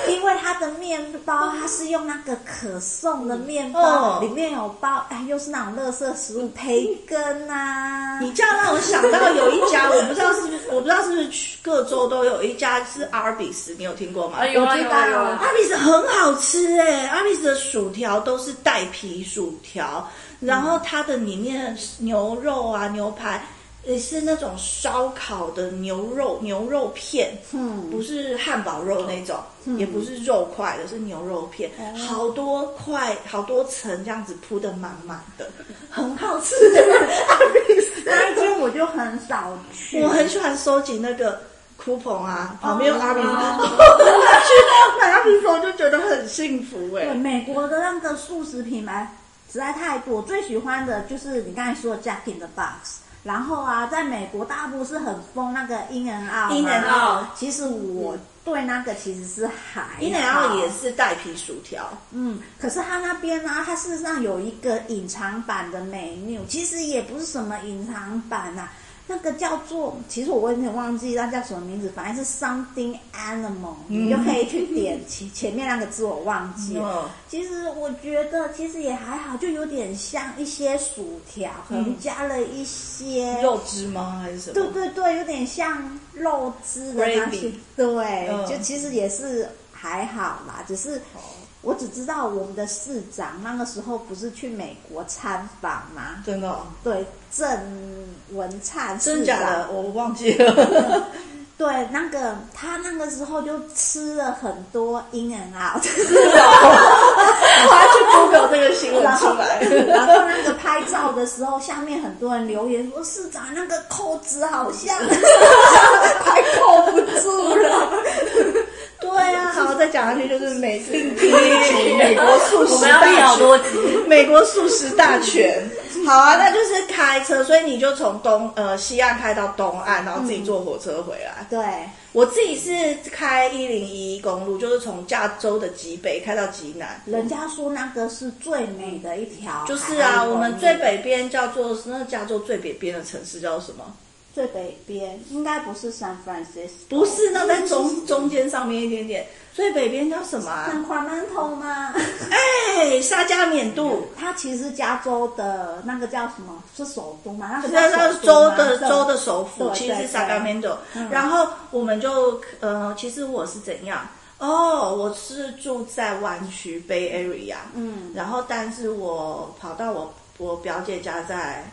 Speaker 3: 因为它的面包它是用那个可颂的面包，
Speaker 1: 哦
Speaker 3: 里面有有包，哎，又是那种垃圾食物，培根啊，
Speaker 1: 你这样让我想到有一家，我不知道是不是，我不知道是不是各州都有一家是阿尔比斯，你有听过吗？
Speaker 2: 啊，有
Speaker 3: 我
Speaker 2: 啊
Speaker 3: 知
Speaker 2: 有啊
Speaker 3: 道
Speaker 2: 有
Speaker 3: 啊
Speaker 2: 啊，
Speaker 1: 阿比斯很好吃哎、阿比斯的薯条都是带皮薯条，然后它的里面牛肉啊、牛排也是那种烧烤的牛肉牛肉片，
Speaker 3: 嗯
Speaker 1: 不是汉堡肉那种，也不是肉块的，是牛肉片，
Speaker 3: 哦
Speaker 1: 好多块、好多层这样子铺的满满的，很好吃、阿比斯，
Speaker 3: 那一间我就很少去，
Speaker 1: 我很喜欢收集那个 coupon 啊，旁边有阿比 斯，
Speaker 3: 哦
Speaker 1: 去买阿比斯我就觉得很幸福哎、
Speaker 3: 对美国的那个素食品牌实在太多，我最喜欢的就是你刚才说的 Jack in the Box。然后啊，在美国大部是很疯那个 In and Out 嘛
Speaker 1: In and Out
Speaker 3: 其实我对那个其实是还好
Speaker 1: 伊奶奥也是带皮薯条，
Speaker 3: 嗯，可是它那边呢、它事实上有一个隐藏版的 menu，其实也不是什么隐藏版呐、那个叫做，其实我有点忘记那叫什么名字，反正是 something animal，、你就可以去点前前面那个字我忘记了。
Speaker 1: 嗯
Speaker 3: 其实我觉得其实也还好，就有点像一些薯条，可
Speaker 1: 嗯
Speaker 3: 能加了一些、
Speaker 1: 肉汁吗？还是什么？
Speaker 3: 对对对，有点像肉汁的那些
Speaker 1: Gravy，
Speaker 3: 对，
Speaker 1: 嗯哦
Speaker 3: 就其实也是还好啦，只是我只知道我们的市长那个时候不是去美国参访吗？
Speaker 1: 真的、哦，
Speaker 3: 对，郑文灿
Speaker 1: 真
Speaker 3: 市
Speaker 1: 假
Speaker 3: 长
Speaker 1: 的，，我忘记 了。
Speaker 3: 对，那个他那个时候就吃了很多阴人 啊，
Speaker 1: 我要去 Google 这个新闻出来。
Speaker 3: 然后那个拍照的时候，下面很多人留言说市长那个扣子好像 快扣不住了。
Speaker 1: 对啊，好，再讲下去就是 美另辟一集美国素
Speaker 2: 我
Speaker 1: 食
Speaker 2: 们要一
Speaker 1: 大
Speaker 2: 好
Speaker 1: 全，
Speaker 2: 多集，
Speaker 1: 美国素食大全。好啊，那就是开车，所以你就从东呃西岸开到东岸，然后自己坐火车回来。
Speaker 3: 对，
Speaker 1: 我自己是开一零一公路，就是从加州的极北开到极南。
Speaker 3: 人家说那个是最美的一条海岸公路，
Speaker 1: 就是啊，我们最北边叫做那加州最北边的城市叫什么？
Speaker 3: 最北边应该不是 San Francisco，
Speaker 1: 不是，那在中中间上面一点点，最北边叫什么、啊？
Speaker 3: Sacramento 吗？
Speaker 1: 哎，沙加缅度，
Speaker 3: 它其实加州的那个叫什么？是首都嘛？那个
Speaker 1: 那那
Speaker 3: 叫
Speaker 1: 是州的
Speaker 3: 的
Speaker 1: 州的首府
Speaker 3: 对
Speaker 1: 其实是
Speaker 3: 对嗯
Speaker 1: Sacramento。然后我们就呃，其实我是怎样？哦，我是住在湾区 Bay Area，
Speaker 3: 嗯
Speaker 1: 然后但是我跑到我我表姐家在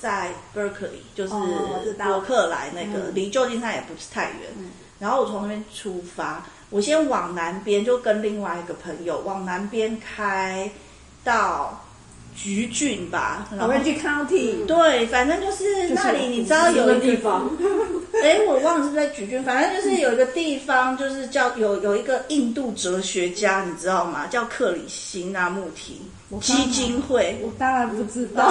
Speaker 1: 在 Berkeley，就是
Speaker 3: 哦我知道
Speaker 1: 伯克莱那个，
Speaker 3: 嗯
Speaker 1: 离旧金山也不是太远。然后我从那边出发，我先往南边，就跟另外一个朋友往南边开到橘郡吧，然后。
Speaker 3: ，Orange County，
Speaker 1: 对，反正就是那里，嗯你知道
Speaker 2: 什
Speaker 1: 有
Speaker 2: 么
Speaker 1: 一
Speaker 2: 地
Speaker 1: 个
Speaker 2: 方？
Speaker 1: 哎，我忘了是不是在橘郡，反正就是有一个地方，就是叫有有一个印度哲学家，你知道吗？叫克里希那穆提
Speaker 3: 刚好
Speaker 1: 基金会，
Speaker 3: 我当然不知
Speaker 1: 嗯
Speaker 3: 道。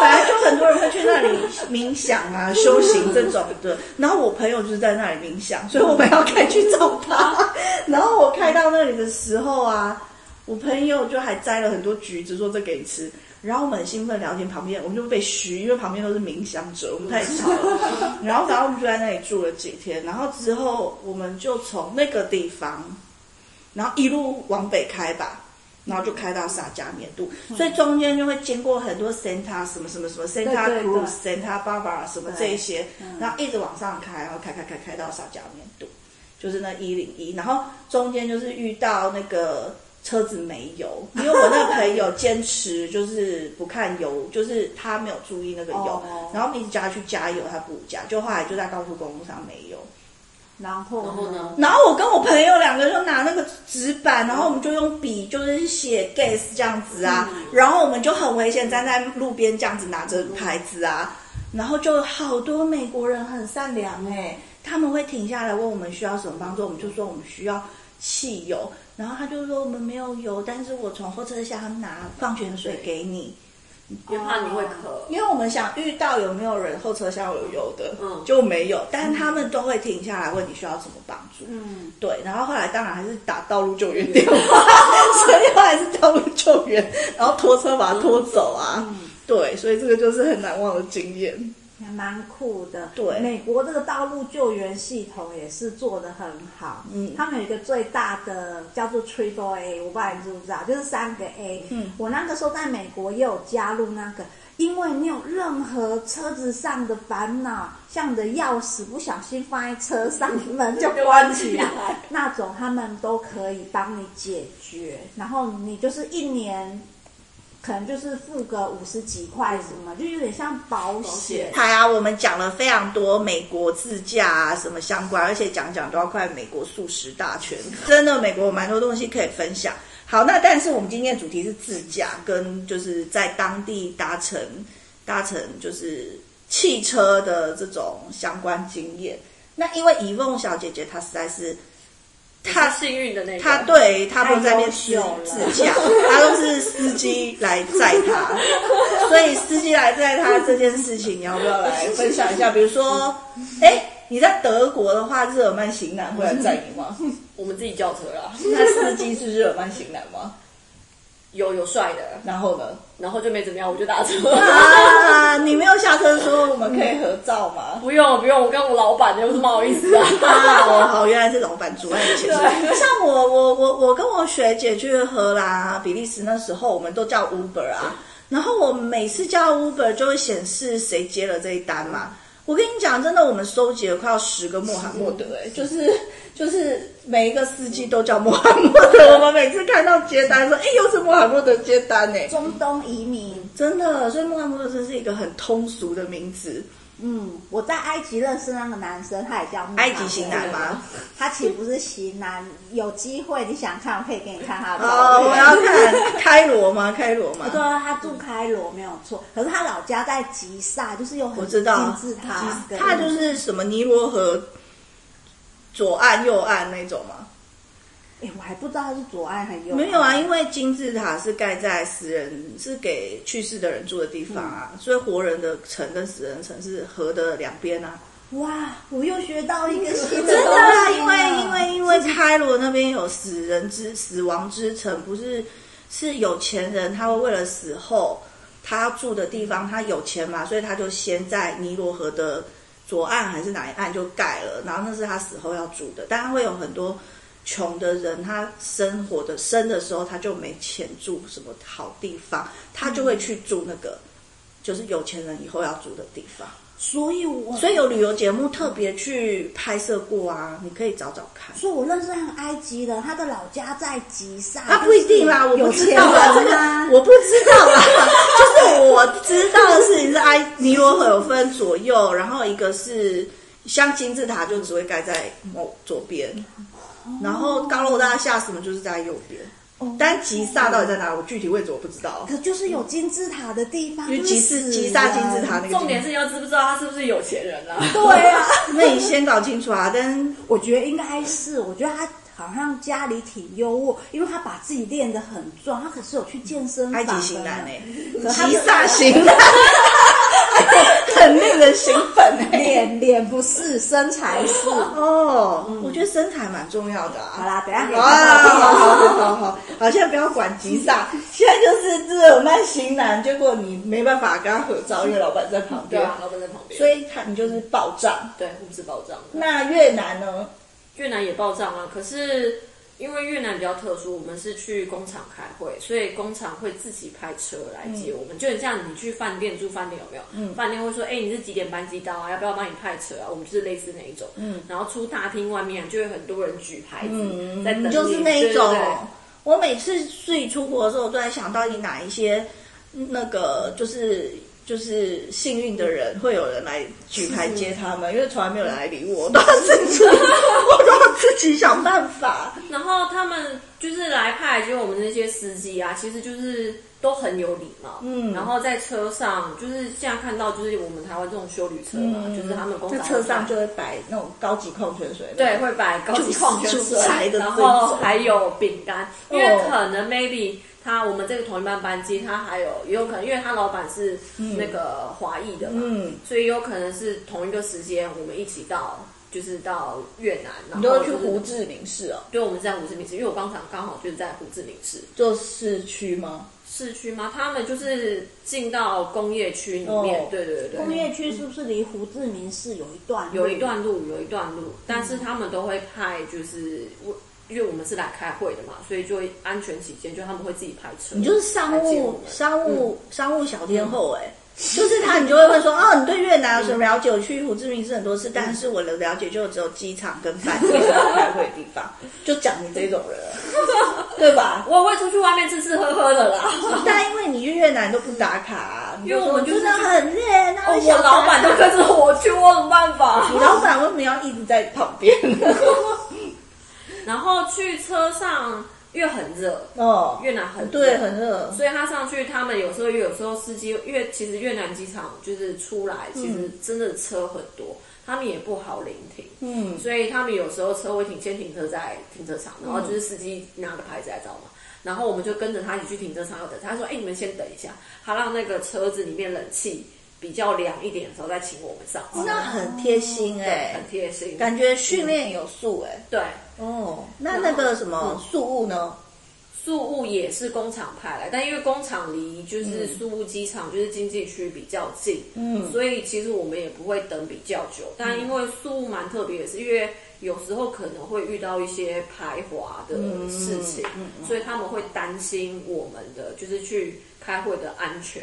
Speaker 1: 反正就很多人会去那里冥想啊、修行这种的。然后我朋友就是在那里冥想，所以我们要开去找他。 然后我开到那里的时候啊，我朋友就还摘了很多橘子，说这给你吃。然后我们很兴奋聊天，旁边我们就被嘘，因为旁边都是冥想 者，我们太吵了。 然后反正我们就在那里住了几天，然后之后我们就从那个地方，然后一路往北开吧，然后就开到沙加缅度，
Speaker 3: 嗯
Speaker 1: 所以中间就会经过很多 Santa 什么什么什么 Santa
Speaker 3: 对对
Speaker 1: Cruz、Santa Barbara 什么这一些
Speaker 3: 对，嗯
Speaker 1: 然后一直往上开，然后开开开开到沙加缅度，就是那一零一，然后中间就是遇到那个。车子没油，因为我那个朋友坚持就是不看油，就是他没有注意那个油，
Speaker 3: 哦
Speaker 1: 然后我们一直叫他去加油，他不加，就后来就在高速公路上没油，
Speaker 3: 然后
Speaker 2: 然后呢？
Speaker 1: 然后我跟我朋友两个就拿那个纸板，然后我们就用笔就是写 gas 这样子啊，然后我们就很危险站在路边这样子拿着牌子啊，然后就好多美国人很善良哎、他们会停下来问我们需要什么帮助，我们就说我们需要汽油，然后他就说我们没有油，但是我从后车厢拿矿泉水给你，
Speaker 2: 因为怕你会渴。
Speaker 1: 因为我们想遇到有没有人后车厢有油的，
Speaker 2: 嗯
Speaker 1: 就没有，但他们都会停下来问你需要什么帮助，
Speaker 3: 嗯，
Speaker 1: 对，然后后来当然还是打道路救援电话， 所以后来是道路救嗯援，然后拖车把他拖走啊。对，所以这个就是很难忘的经验。
Speaker 3: 还蛮酷的。
Speaker 1: 对
Speaker 3: 美国这个道路救援系统也是做得很好。
Speaker 1: 嗯
Speaker 3: 他们有一个最大的叫做 Triple A，我不知道你知不知道，就是三个 A。
Speaker 1: 嗯，
Speaker 3: 我那个时候在美国也有加入那个。因为你有任何车子上的烦恼，像你的钥匙不小心放在车上，门就关起来， 那种他们都可以帮你解决。然后你就是一年可能就是付个五十几块什么，就有点像保险
Speaker 2: 险。
Speaker 1: 台啊，我们讲了非常多美国自驾啊什么相关，而且讲讲都要快美国素食大全，真的美国有蛮多东西可以分享。好，那但是我们今天的主题是自驾，跟就是在当地搭乘搭乘就是汽车的这种相关经验。那因为以梦小姐姐她实在是
Speaker 2: 他幸运的那个，
Speaker 1: 他对他都在那边自
Speaker 3: 太优秀了
Speaker 1: 自驾，他都是司机来载他，所以司机来载他这件事情，你要不要来分享一下？比如说，哎，你在德国的话，日耳曼型男会来载你吗？
Speaker 2: 我们自己叫车啦，
Speaker 1: 那司机是日耳曼型男吗？
Speaker 2: 有有帅的，
Speaker 1: 然后呢？
Speaker 2: 然后就没怎么样，我就打车。
Speaker 1: 啊，你没有下车说我们可以合照吗？
Speaker 2: 不用不用，我跟我老板有什么好意思 啊？
Speaker 1: 啊，我好，原来是老板阻碍你前进。像我，我，我，我跟我学姐去荷兰啊、比利时那时候，我们都叫 Uber 啊。然后我每次叫 Uber 就会显示谁接了这一单嘛。我跟你讲，真的，我们收集了快要十个穆罕默德、哎，就是就是每一个司机都叫穆罕默德。我们每次看到接单说，哎、又是穆罕默德接单呢、哎
Speaker 3: 中东移民，
Speaker 1: 真的，所以穆罕默德真是一个很通俗的名字。
Speaker 3: 嗯，我在埃及认识那个男生，他也叫穆罕默德
Speaker 1: 埃及型男吗？
Speaker 3: 他岂不是型男？有机会你想看，我可以给你看他的。
Speaker 1: 哦，我要看开罗吗？开罗吗？
Speaker 3: 对啊，他住开罗没有错，可是他老家在吉萨，就是有
Speaker 1: 我
Speaker 3: 很
Speaker 1: 知
Speaker 3: 金
Speaker 1: 道
Speaker 3: 字塔，跟
Speaker 1: 它就是什么尼罗河左岸、右岸那种吗？
Speaker 3: 哎，我还不知道他是左岸还是右岸。
Speaker 1: 没有啊，因为金字塔是盖在死人是给去世的人住的地方
Speaker 3: 嗯
Speaker 1: 啊，所以活人的城跟死人城是河的两边啊。
Speaker 3: 哇，我又学到一个新的
Speaker 1: 真的啊，
Speaker 3: 东西
Speaker 1: 因为因
Speaker 3: 了
Speaker 1: 为因为开罗那边有死人之死亡之城，不是是有钱人，他会为了死后他住的地方，他有钱嘛，所以他就先在尼罗河的左岸还是哪一岸就盖了，然后那是他死后要住的，但他会有很多。穷的人，他生活的生的时候他就没钱住什么好地方，他就会去住那个，就是有钱人以后要住的地方。
Speaker 3: 所以我
Speaker 1: 所以有旅游节目特别去拍摄过啊，你可以找找看。
Speaker 3: 所以我认识那个埃及人，他的老家在吉萨。
Speaker 1: 啊，不一定啦，我不
Speaker 3: 有
Speaker 1: 知
Speaker 3: 钱
Speaker 1: 道啦，这
Speaker 3: 人啊
Speaker 1: 个我不知道啦。 就是我知道的事情是埃尼罗河有分左右，然后一个是像金字塔就只会盖在某左边，
Speaker 3: 哦
Speaker 1: 然后高楼大厦什么就是在右边。但吉萨到底在哪？我具体位置我不知道，
Speaker 3: 可就是有金字塔的地方，
Speaker 1: 因为
Speaker 3: 就是
Speaker 1: 吉斯吉萨金字塔那个地方
Speaker 2: 重点是你要知不知道他是不是有钱人啊？
Speaker 3: 死人。对啊，
Speaker 1: 那你先搞清楚啊。但
Speaker 3: 我觉得应该是，我觉得他好像家里挺优渥，因为他把自己练得很壮，他可是有去健身房。
Speaker 1: 埃及型男哎、
Speaker 3: 可是他
Speaker 1: 吉
Speaker 3: 的
Speaker 1: 萨型男，很令人兴奋哎、
Speaker 3: 脸脸不是，身材是。
Speaker 1: 哦，我觉得身材蛮重要的啊。
Speaker 3: 好啦，等一下给
Speaker 1: 好
Speaker 3: 你
Speaker 1: 啊。
Speaker 3: 看
Speaker 1: 好好
Speaker 3: 照
Speaker 1: 好好好好，好，现在不要管吉萨，现在就是日耳曼型男，结果你没办法跟他合照，因为老板在旁
Speaker 2: 对
Speaker 1: 边，
Speaker 2: 啊，老板在旁边，
Speaker 1: 所以他你就是报账。
Speaker 2: 对，护士保障。
Speaker 1: 那越南呢？
Speaker 2: 越南也报账啊，可是因为越南比较特殊，我们是去工厂开会，所以工厂会自己派车来接我们，就很像你去饭店住饭店有没有？饭店会说，哎、你是几点班机到啊？要不要帮你派车啊？我们就是类似那一种，嗯，然后出大厅外面啊就会很多人举牌子、在等
Speaker 1: 你就是那一
Speaker 2: 对
Speaker 1: 种
Speaker 2: 对对。
Speaker 1: 我每次自己出国的时候，我都在想到底哪一些嗯那个就是就是幸运的人，会有人来举牌接他们，因为从来没有人来理我，我都要自己，我都要自己想办法。
Speaker 2: 然后他们就是来派，就我们那些司机啊，其实就是都很有礼貌。嗯，然后在车上，就是现在看到，就是我们台湾这种修旅车嘛，嗯就是他们工
Speaker 1: 在
Speaker 2: 厂
Speaker 1: 车上就会摆那种高级矿泉水，
Speaker 2: 对，，会摆高级矿泉
Speaker 1: 就是
Speaker 2: 水
Speaker 1: 蔬菜，的
Speaker 2: 然
Speaker 1: 这
Speaker 2: 后
Speaker 1: 种
Speaker 2: 还有饼干，因为
Speaker 1: 哦
Speaker 2: 可能 maybe 他我们这个同一班班机，他还有也有可能，因为他老板是那个华裔的嘛，
Speaker 1: 嗯
Speaker 2: 所以有可能是同一个时间我们一起到就是到越南，然
Speaker 1: 你都
Speaker 2: 后
Speaker 1: 会去
Speaker 2: 就是
Speaker 1: 胡志明市哦，
Speaker 2: 对，我们是在胡志明市，因为我刚才刚好就是在胡志明市
Speaker 1: 做市区吗？
Speaker 2: 市区嘛，他们就是进到工业区里面，
Speaker 1: 哦
Speaker 2: 对对对，
Speaker 3: 工业区是不是离胡志明市有一段？
Speaker 2: 有一。段路，有一段
Speaker 1: 嗯
Speaker 2: 路，但是他们都会派，就是我，因为我们是来开会的嘛，所以就会安全起见，就他们会自己派车。
Speaker 1: 你就是商
Speaker 2: 来接
Speaker 1: 务
Speaker 2: 我们嗯
Speaker 1: 商务、商务小天后哎、就是他，你就会问说，哦，你对越南有什么了解？我去胡志明市很多次，但是我的了解就只有机场跟饭店要开会的地方，就讲你这种 人，对吧？
Speaker 2: 我也会出去外面吃吃喝喝的 啦。哦
Speaker 1: 但因为你去越南都不打卡、啊，你
Speaker 2: 因为我们
Speaker 1: 说
Speaker 2: 就是
Speaker 1: 真的很累，那
Speaker 2: 哦，
Speaker 1: 想
Speaker 2: 我老板都跟着我去，我有什么办 法？
Speaker 1: 你老板为什么要一直在旁边？
Speaker 2: 然后去车上，因为很热，
Speaker 1: 哦，
Speaker 2: 越南很热
Speaker 1: 对，很热，
Speaker 2: 所以他上去，他们有时候有时候司机，因为其实越南机场就是出来，其实真的车很多，他们也不好临停，
Speaker 1: 嗯，
Speaker 2: 所以他们有时候车会停，先停车在停车场，然后就是司机拿个牌子来找嘛，然后我们就跟着他一起去停车场要等他，他说：“哎、你们先等一下，他让那个车子里面冷气比较凉一点的时候再请我们上车，
Speaker 1: 那很贴心哎、
Speaker 2: 对，很贴心，
Speaker 1: 哦感觉训练有素哎、
Speaker 2: 对。”
Speaker 1: 哦，那那个什
Speaker 2: 嗯
Speaker 1: 么素物呢？
Speaker 2: 宿务也是工厂派来，但因为工厂离就是宿务机场、就是经济区比较近，嗯，所以其实我们也不会等比较久。但因为宿务蛮特别的是，因为有时候可能会遇到一些排华的事情，所以他们会担心我们的就是去开会的安全，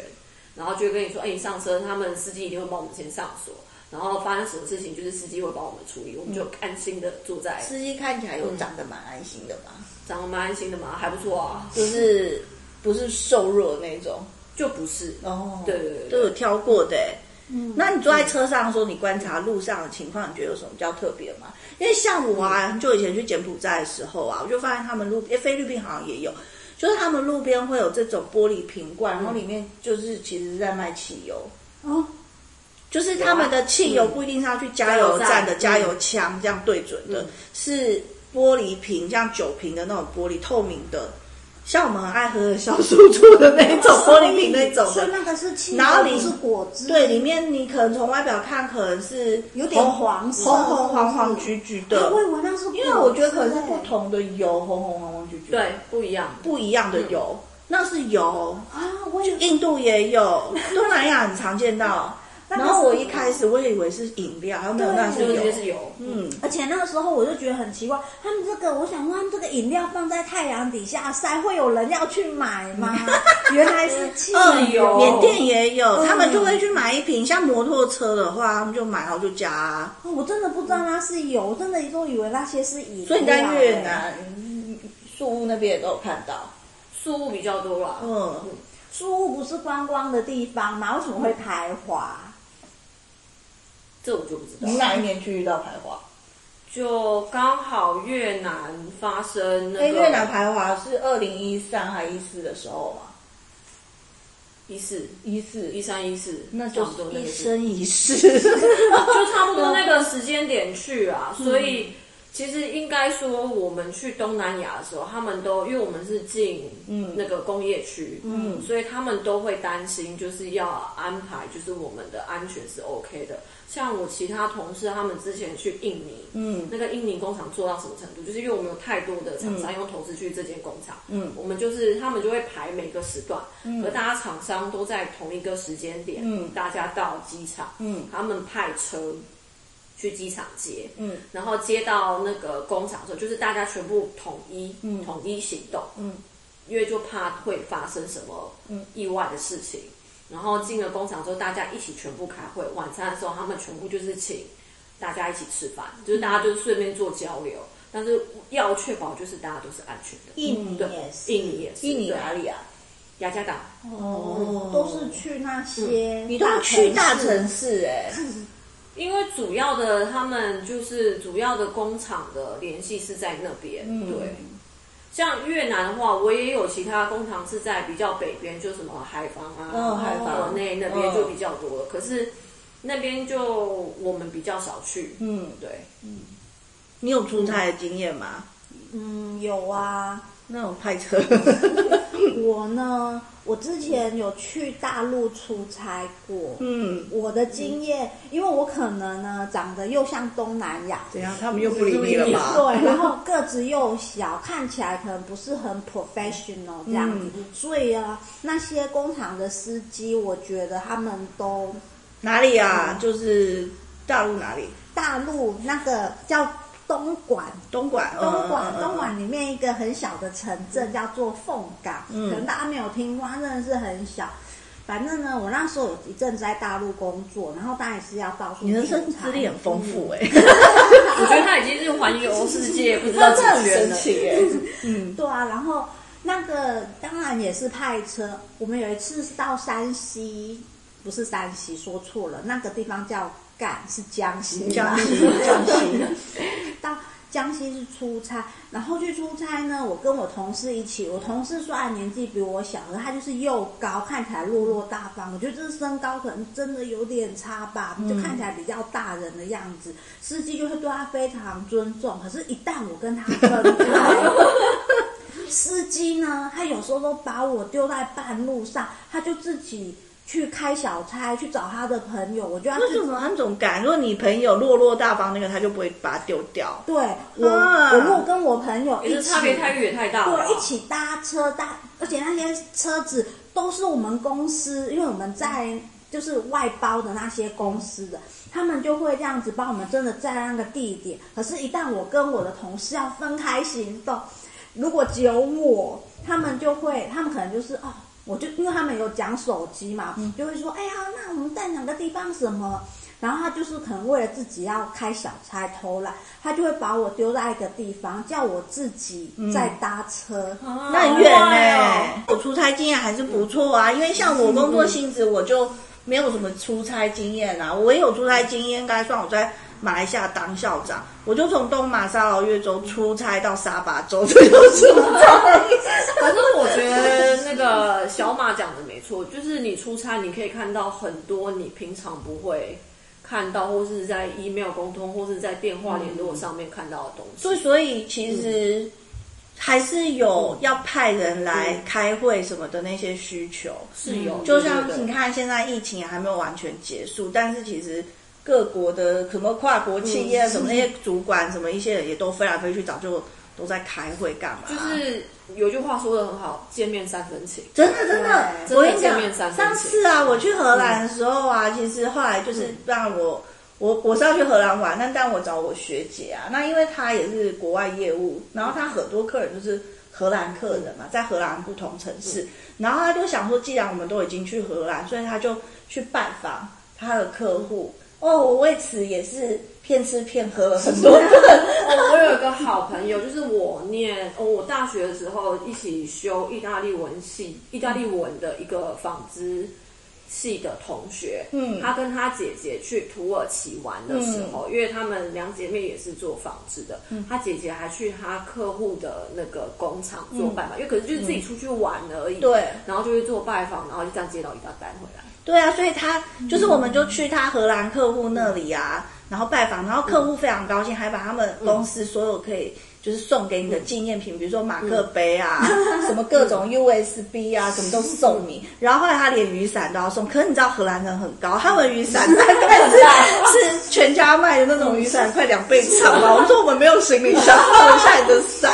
Speaker 2: 然后就会跟你说，哎、你上车，他们司机一定会帮我们先上锁。然后发生什么事情，就是司机会帮我们处理，我们就安心的坐在，
Speaker 1: 司机看起来有长得蛮安心的嘛，
Speaker 2: 长得蛮安心的嘛，还不错啊，
Speaker 1: 就是不是瘦弱那种
Speaker 2: 就不是
Speaker 1: 哦，
Speaker 2: 对对对
Speaker 1: 都有挑过的、欸。嗯，那你坐在车上的时候，你观察路上的情况，你觉得有什么比较特别吗？因为像我啊，很久以前去柬埔寨的时候啊，我就发现他们路，诶菲律宾好像也有，就是他们路边会有这种玻璃瓶罐，然后里面就是其实是在卖汽油。
Speaker 3: 哦，
Speaker 1: 就是他们的汽油不一定是要去加油站的加
Speaker 2: 加油站
Speaker 1: 油枪这样对准的，是玻璃瓶，像酒瓶的那种玻璃透明的，像我们很爱喝的小苏醋的那种玻璃瓶那种
Speaker 3: 所以
Speaker 1: 的。
Speaker 3: 那个是汽
Speaker 1: 然后
Speaker 3: 油，
Speaker 1: 里
Speaker 3: 不是果汁。
Speaker 1: 对，里面你可能从外表看可能是
Speaker 3: 有点
Speaker 1: 红
Speaker 3: 黄色
Speaker 1: 红红黄
Speaker 3: 是
Speaker 1: 黄
Speaker 3: 不是
Speaker 1: 橘橘
Speaker 3: 啊
Speaker 1: 的
Speaker 3: 我，以为那是果汁欸，
Speaker 1: 因为我觉得可能是不同的油，红红黄黄橘橘的，
Speaker 2: 对，不一样。
Speaker 1: 不一样的油，那是油，
Speaker 3: 啊，我以为
Speaker 1: 印度也有，东南亚很常见到。
Speaker 3: 那个
Speaker 1: 然后我一
Speaker 3: 是
Speaker 1: 开始我也以为是饮料，然后没有，
Speaker 3: 对
Speaker 1: 那
Speaker 2: 就是是
Speaker 1: 油
Speaker 2: 就是。有，嗯，
Speaker 1: 嗯，
Speaker 3: 而且那个时候我就觉得很奇怪，他们这个，我想问，他们这个饮料放在太阳底下晒，会有人要去 买吗？原来是汽
Speaker 2: 嗯
Speaker 3: 油，
Speaker 2: 有
Speaker 1: 缅甸也呃有，
Speaker 3: 嗯
Speaker 1: 他们就会去买一瓶。像摩托车的话，他们就买，然后就加啊。
Speaker 3: 哦我真的不知道那是油，我真的都以为那些是饮料。欸
Speaker 1: 所以你在越，南、啊嗯宿务那边也都有看到。
Speaker 2: 树木比较多啦。
Speaker 1: 嗯，
Speaker 3: 苏雾不是观光的地方吗？为什么会排华？
Speaker 2: 这我就不知道
Speaker 1: 你。哪一年去遇到排华？
Speaker 2: 就刚好越南发生那
Speaker 1: 哎，
Speaker 2: 个
Speaker 1: 越南排华是二零一三还一四的时候嘛？
Speaker 2: 一四
Speaker 1: 一四
Speaker 2: 一，三一四，
Speaker 1: 那就
Speaker 2: 差
Speaker 1: 是
Speaker 2: 不多那
Speaker 1: 一
Speaker 2: 个时
Speaker 1: 生一 世。
Speaker 2: 就差不多那个时间点去啊，所以其实应该说，我们去东南亚的时候，他们都因为我们是进那个工业区，嗯，所以他们都会担心，就是要安排，就是我们的安全是 OK 的。像我其他同事，他们之前去印尼，嗯，那个印尼工厂做到什么程度？就是因为我们有太多的厂商用投资去这间工厂，嗯，我们就是他们就会排每个时段，嗯，而大家厂商都在同一个时间点，嗯，大家到机场，嗯，他们派车去机场接，嗯，然后接到那个工厂的时候，就是大家全部统一，嗯，统一行动，嗯，因为就怕会发生什么意外的事情。然后进了工厂之后，大家一起全部开会，晚餐的时候他们全部就是请大家一起吃饭，就是大家就是顺便做交流，但是要确保就是大家都是安全的。
Speaker 3: 印尼
Speaker 2: 对
Speaker 3: 也，是，
Speaker 2: 印尼也是，
Speaker 1: 印尼
Speaker 2: 对
Speaker 1: 哪里啊？
Speaker 2: 雅加达，
Speaker 1: 哦嗯
Speaker 3: 都是去那些、
Speaker 1: 你都要去大城市哎。
Speaker 2: 因为主要的他们就是主要的工厂的联系是在那边，
Speaker 1: 嗯
Speaker 2: 对。像越南的话，我也有其他工厂是在比较北边，就什么海防啊、
Speaker 1: 嗯海防
Speaker 2: 河内那边
Speaker 1: 嗯
Speaker 2: 就比较多了。可是那边就我们比较少去，
Speaker 1: 嗯，
Speaker 2: 对。
Speaker 1: 你有出差的经验吗？
Speaker 3: 嗯，有啊，
Speaker 1: 那种派车，
Speaker 3: 我呢，我之前有去大陆出差过，
Speaker 1: 嗯，
Speaker 3: 我的经验，因为我可能呢长得又像东 南亚，
Speaker 1: 怎样？他们又不理你了吧？
Speaker 3: 对，然后个子又小，看起来可能不是很 professional 这样
Speaker 1: 嗯
Speaker 3: 子，所以啊，那些工厂的司机，我觉得他们都
Speaker 1: 哪里啊？就是大陆哪里？
Speaker 3: 大陆那个叫东莞。
Speaker 1: 东莞，嗯
Speaker 3: 东莞，
Speaker 1: 嗯
Speaker 3: 东莞里面一个很小的城镇叫做凤岗，
Speaker 1: 嗯
Speaker 3: 可能大家没有听过，它真的是很小。反正呢，我那时候有一阵子在大陆工作，然后当然是要到处
Speaker 1: 你人
Speaker 3: 出
Speaker 1: 生
Speaker 3: 差
Speaker 1: 资历很丰富哎、
Speaker 2: 我觉得他已经是环游世界，不知道
Speaker 1: 那
Speaker 2: 几
Speaker 1: 这很
Speaker 2: 圈
Speaker 1: 神
Speaker 2: 了。
Speaker 1: 奇 哎、
Speaker 3: 对啊，然后那个当然也是派车。我们有一次是到山西，不是山西，说错了，那个地方叫赣，是江西吧。
Speaker 1: 江 西，江西，
Speaker 3: 到江西去出差，然后去出差呢，我跟我同事一起。我同事虽然年纪比我小，可是他就是又高，看起来落落大方。我觉得这身高可能真的有点差吧，就看起来比较大人的样子。司机就会对他非常尊重，可是，一旦我跟他分 开。司机呢，他有时候都把我丢在半路上，他就自己去开小差去找他的朋友，我就要
Speaker 1: 为
Speaker 3: 自
Speaker 1: 什么安总敢？如果你朋友落落大方那个，他就不会把它丢掉。
Speaker 3: 对我，
Speaker 1: 啊
Speaker 3: 我如果跟我朋友一
Speaker 2: 嗯也是
Speaker 3: 起，
Speaker 2: 差别太远太大了吧。啊
Speaker 3: 对，一起搭车搭，而且那些车子都是我们公司，因为我们在就是外包的那些公司的，他们就会这样子帮我们真的在那个地点。可是，一旦我跟我的同事要分开行动，如果只有我，他们就会，他们可能就是哦。我就因为他们有讲手机嘛，就会说，哎呀，那我们在哪个地方什么？然后他就是可能为了自己要开小差偷懒，他就会把我丢在一个地方，叫我自己再搭车。
Speaker 2: 啊
Speaker 1: 那很远
Speaker 2: 好
Speaker 1: 呢、
Speaker 2: 快
Speaker 1: 我
Speaker 2: 哦
Speaker 1: 出差经验还是不错啊，因为像我工作性质，我就没有什么出差经验啊。我也有出差经验，应该算我在马来西亚当校长，我就从东马沙劳越州出差到沙巴州，这就是出差。
Speaker 2: 反正我觉得那个小马讲的没错，就是你出差，你可以看到很多你平常不会看到，或是在 email 沟通，或是在电话联络上面看到的东西。
Speaker 1: 所以， 所以其实还是有要派人来开会什么的那些需求。
Speaker 2: 是有，
Speaker 1: 就像
Speaker 2: 对对
Speaker 1: 你
Speaker 2: 对
Speaker 1: 看，现在疫情还没有完全结束，但是其实各国的什么跨国企业、
Speaker 2: 嗯
Speaker 1: 什么那些主管、什么一些人也都飞来飞去，早就都在开会干嘛？
Speaker 2: 就是有句话说的很好，见面三分情。
Speaker 1: 真的真的，
Speaker 2: 对
Speaker 1: 我跟你
Speaker 2: 真
Speaker 1: 讲
Speaker 2: 的见面，三分情嗯
Speaker 1: 上次啊，我去荷兰的时候啊，其实后来就是让我。我我是要去荷兰玩，但但我找我学姐啊，那因为她也是国外业务，然后她很多客人就是荷兰客人
Speaker 2: 嗯
Speaker 1: 嘛，在荷兰不同城市，然后她就想说，既然我们都已经去荷兰，所以她就去拜访她的客户。哦，我为此也是骗吃骗喝了很 多顿，
Speaker 2: 哦，我有一个好朋友，就是我念哦，我大学的时候一起修意大利文系，意大利文的一个纺织系的同学，
Speaker 1: 嗯
Speaker 2: 他跟他姐姐去土耳其玩的时候，因为他们两姐妹也是做纺织的，他姐姐还去他客户的那个工厂做拜访，因为可是就是自己出去玩而已，
Speaker 1: 对
Speaker 2: 然后就去做拜访，然后就这样接到一大单回来。
Speaker 1: 对啊，所以他就是我们就去他荷兰客户那里啊，然后拜访，然后客户非常高兴，还把他们公司所有可以就是送给你的纪念品，比如说马克杯啊，什么各种 USB 啊，什么都送你。然后后来他连雨伞都要送，可是你知道荷兰人很高，他们雨伞大概是是全家卖的那种雨伞，快两倍长吧。我们说我们没有行李箱，放一下你的伞，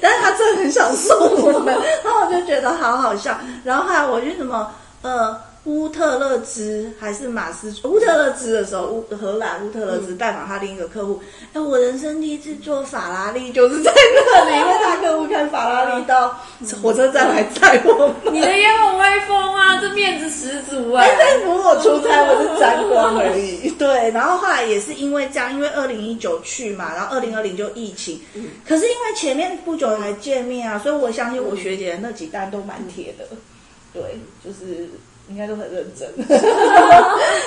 Speaker 1: 但是他真的很想送我们，然后我就觉得好好笑。然后后来我去什么呃。乌特勒支还是马斯乌特勒支的时候，乌荷兰乌特勒支拜访他另一个客户。哎、我人生第一次坐法拉利就是在那里，因为他客户开法拉利到火车站来载我们。
Speaker 2: 你的也很威风啊，这面子十足哎、
Speaker 1: 哎，但如果出差，我是沾光而已。对，然后后来也是因为这样，因为二零一九去嘛，然后二零二零就疫情，可是因为前面不久才见面啊，所以我相信我学姐那几单都蛮铁的。对，就是应该都很认真。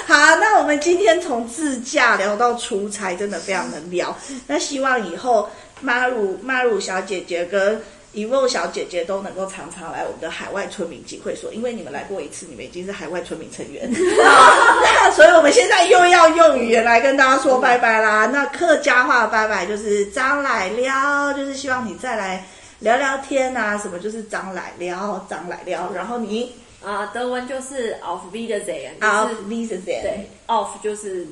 Speaker 1: 好，那我们今天从自驾聊到出差，真的非常能聊。那希望以后马鲁马鲁小姐姐跟。一位小姐姐都能够常常来我们的海外村民集会所，因为你们来过一次，你们已经是海外村民成员，那所以我们现在又要用语言来跟大家说拜拜啦。那客家话拜拜就是张来了，就是希望你再来聊聊天啊，什么就是张来聊，张来聊，然后你
Speaker 2: 啊，德文就是 auf Wiedersehen，
Speaker 1: 啊
Speaker 2: 就是
Speaker 1: v i s i t
Speaker 2: 对，off 就是，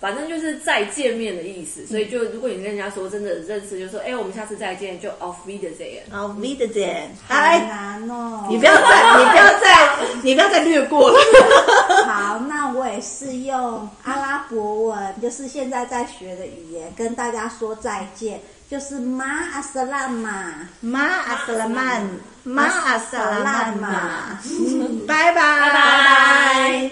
Speaker 2: 反正就是再见面的意思。所以就如果你跟人家说真的认识，就说哎、我们下次再见，就 off wiedersehen。
Speaker 1: 然后 v i s i t
Speaker 3: 好
Speaker 1: 哎，
Speaker 3: 难哦。
Speaker 1: 你不要再，你不要再，你不要再略过了。
Speaker 3: 好，那我也是用阿拉伯文，就是现在在学的语言，跟大家说再见，就是马阿斯拉玛，
Speaker 1: 马阿萨拉曼，马阿萨拉曼嗯
Speaker 3: 马
Speaker 1: 嘛，拜拜，拜
Speaker 2: 拜。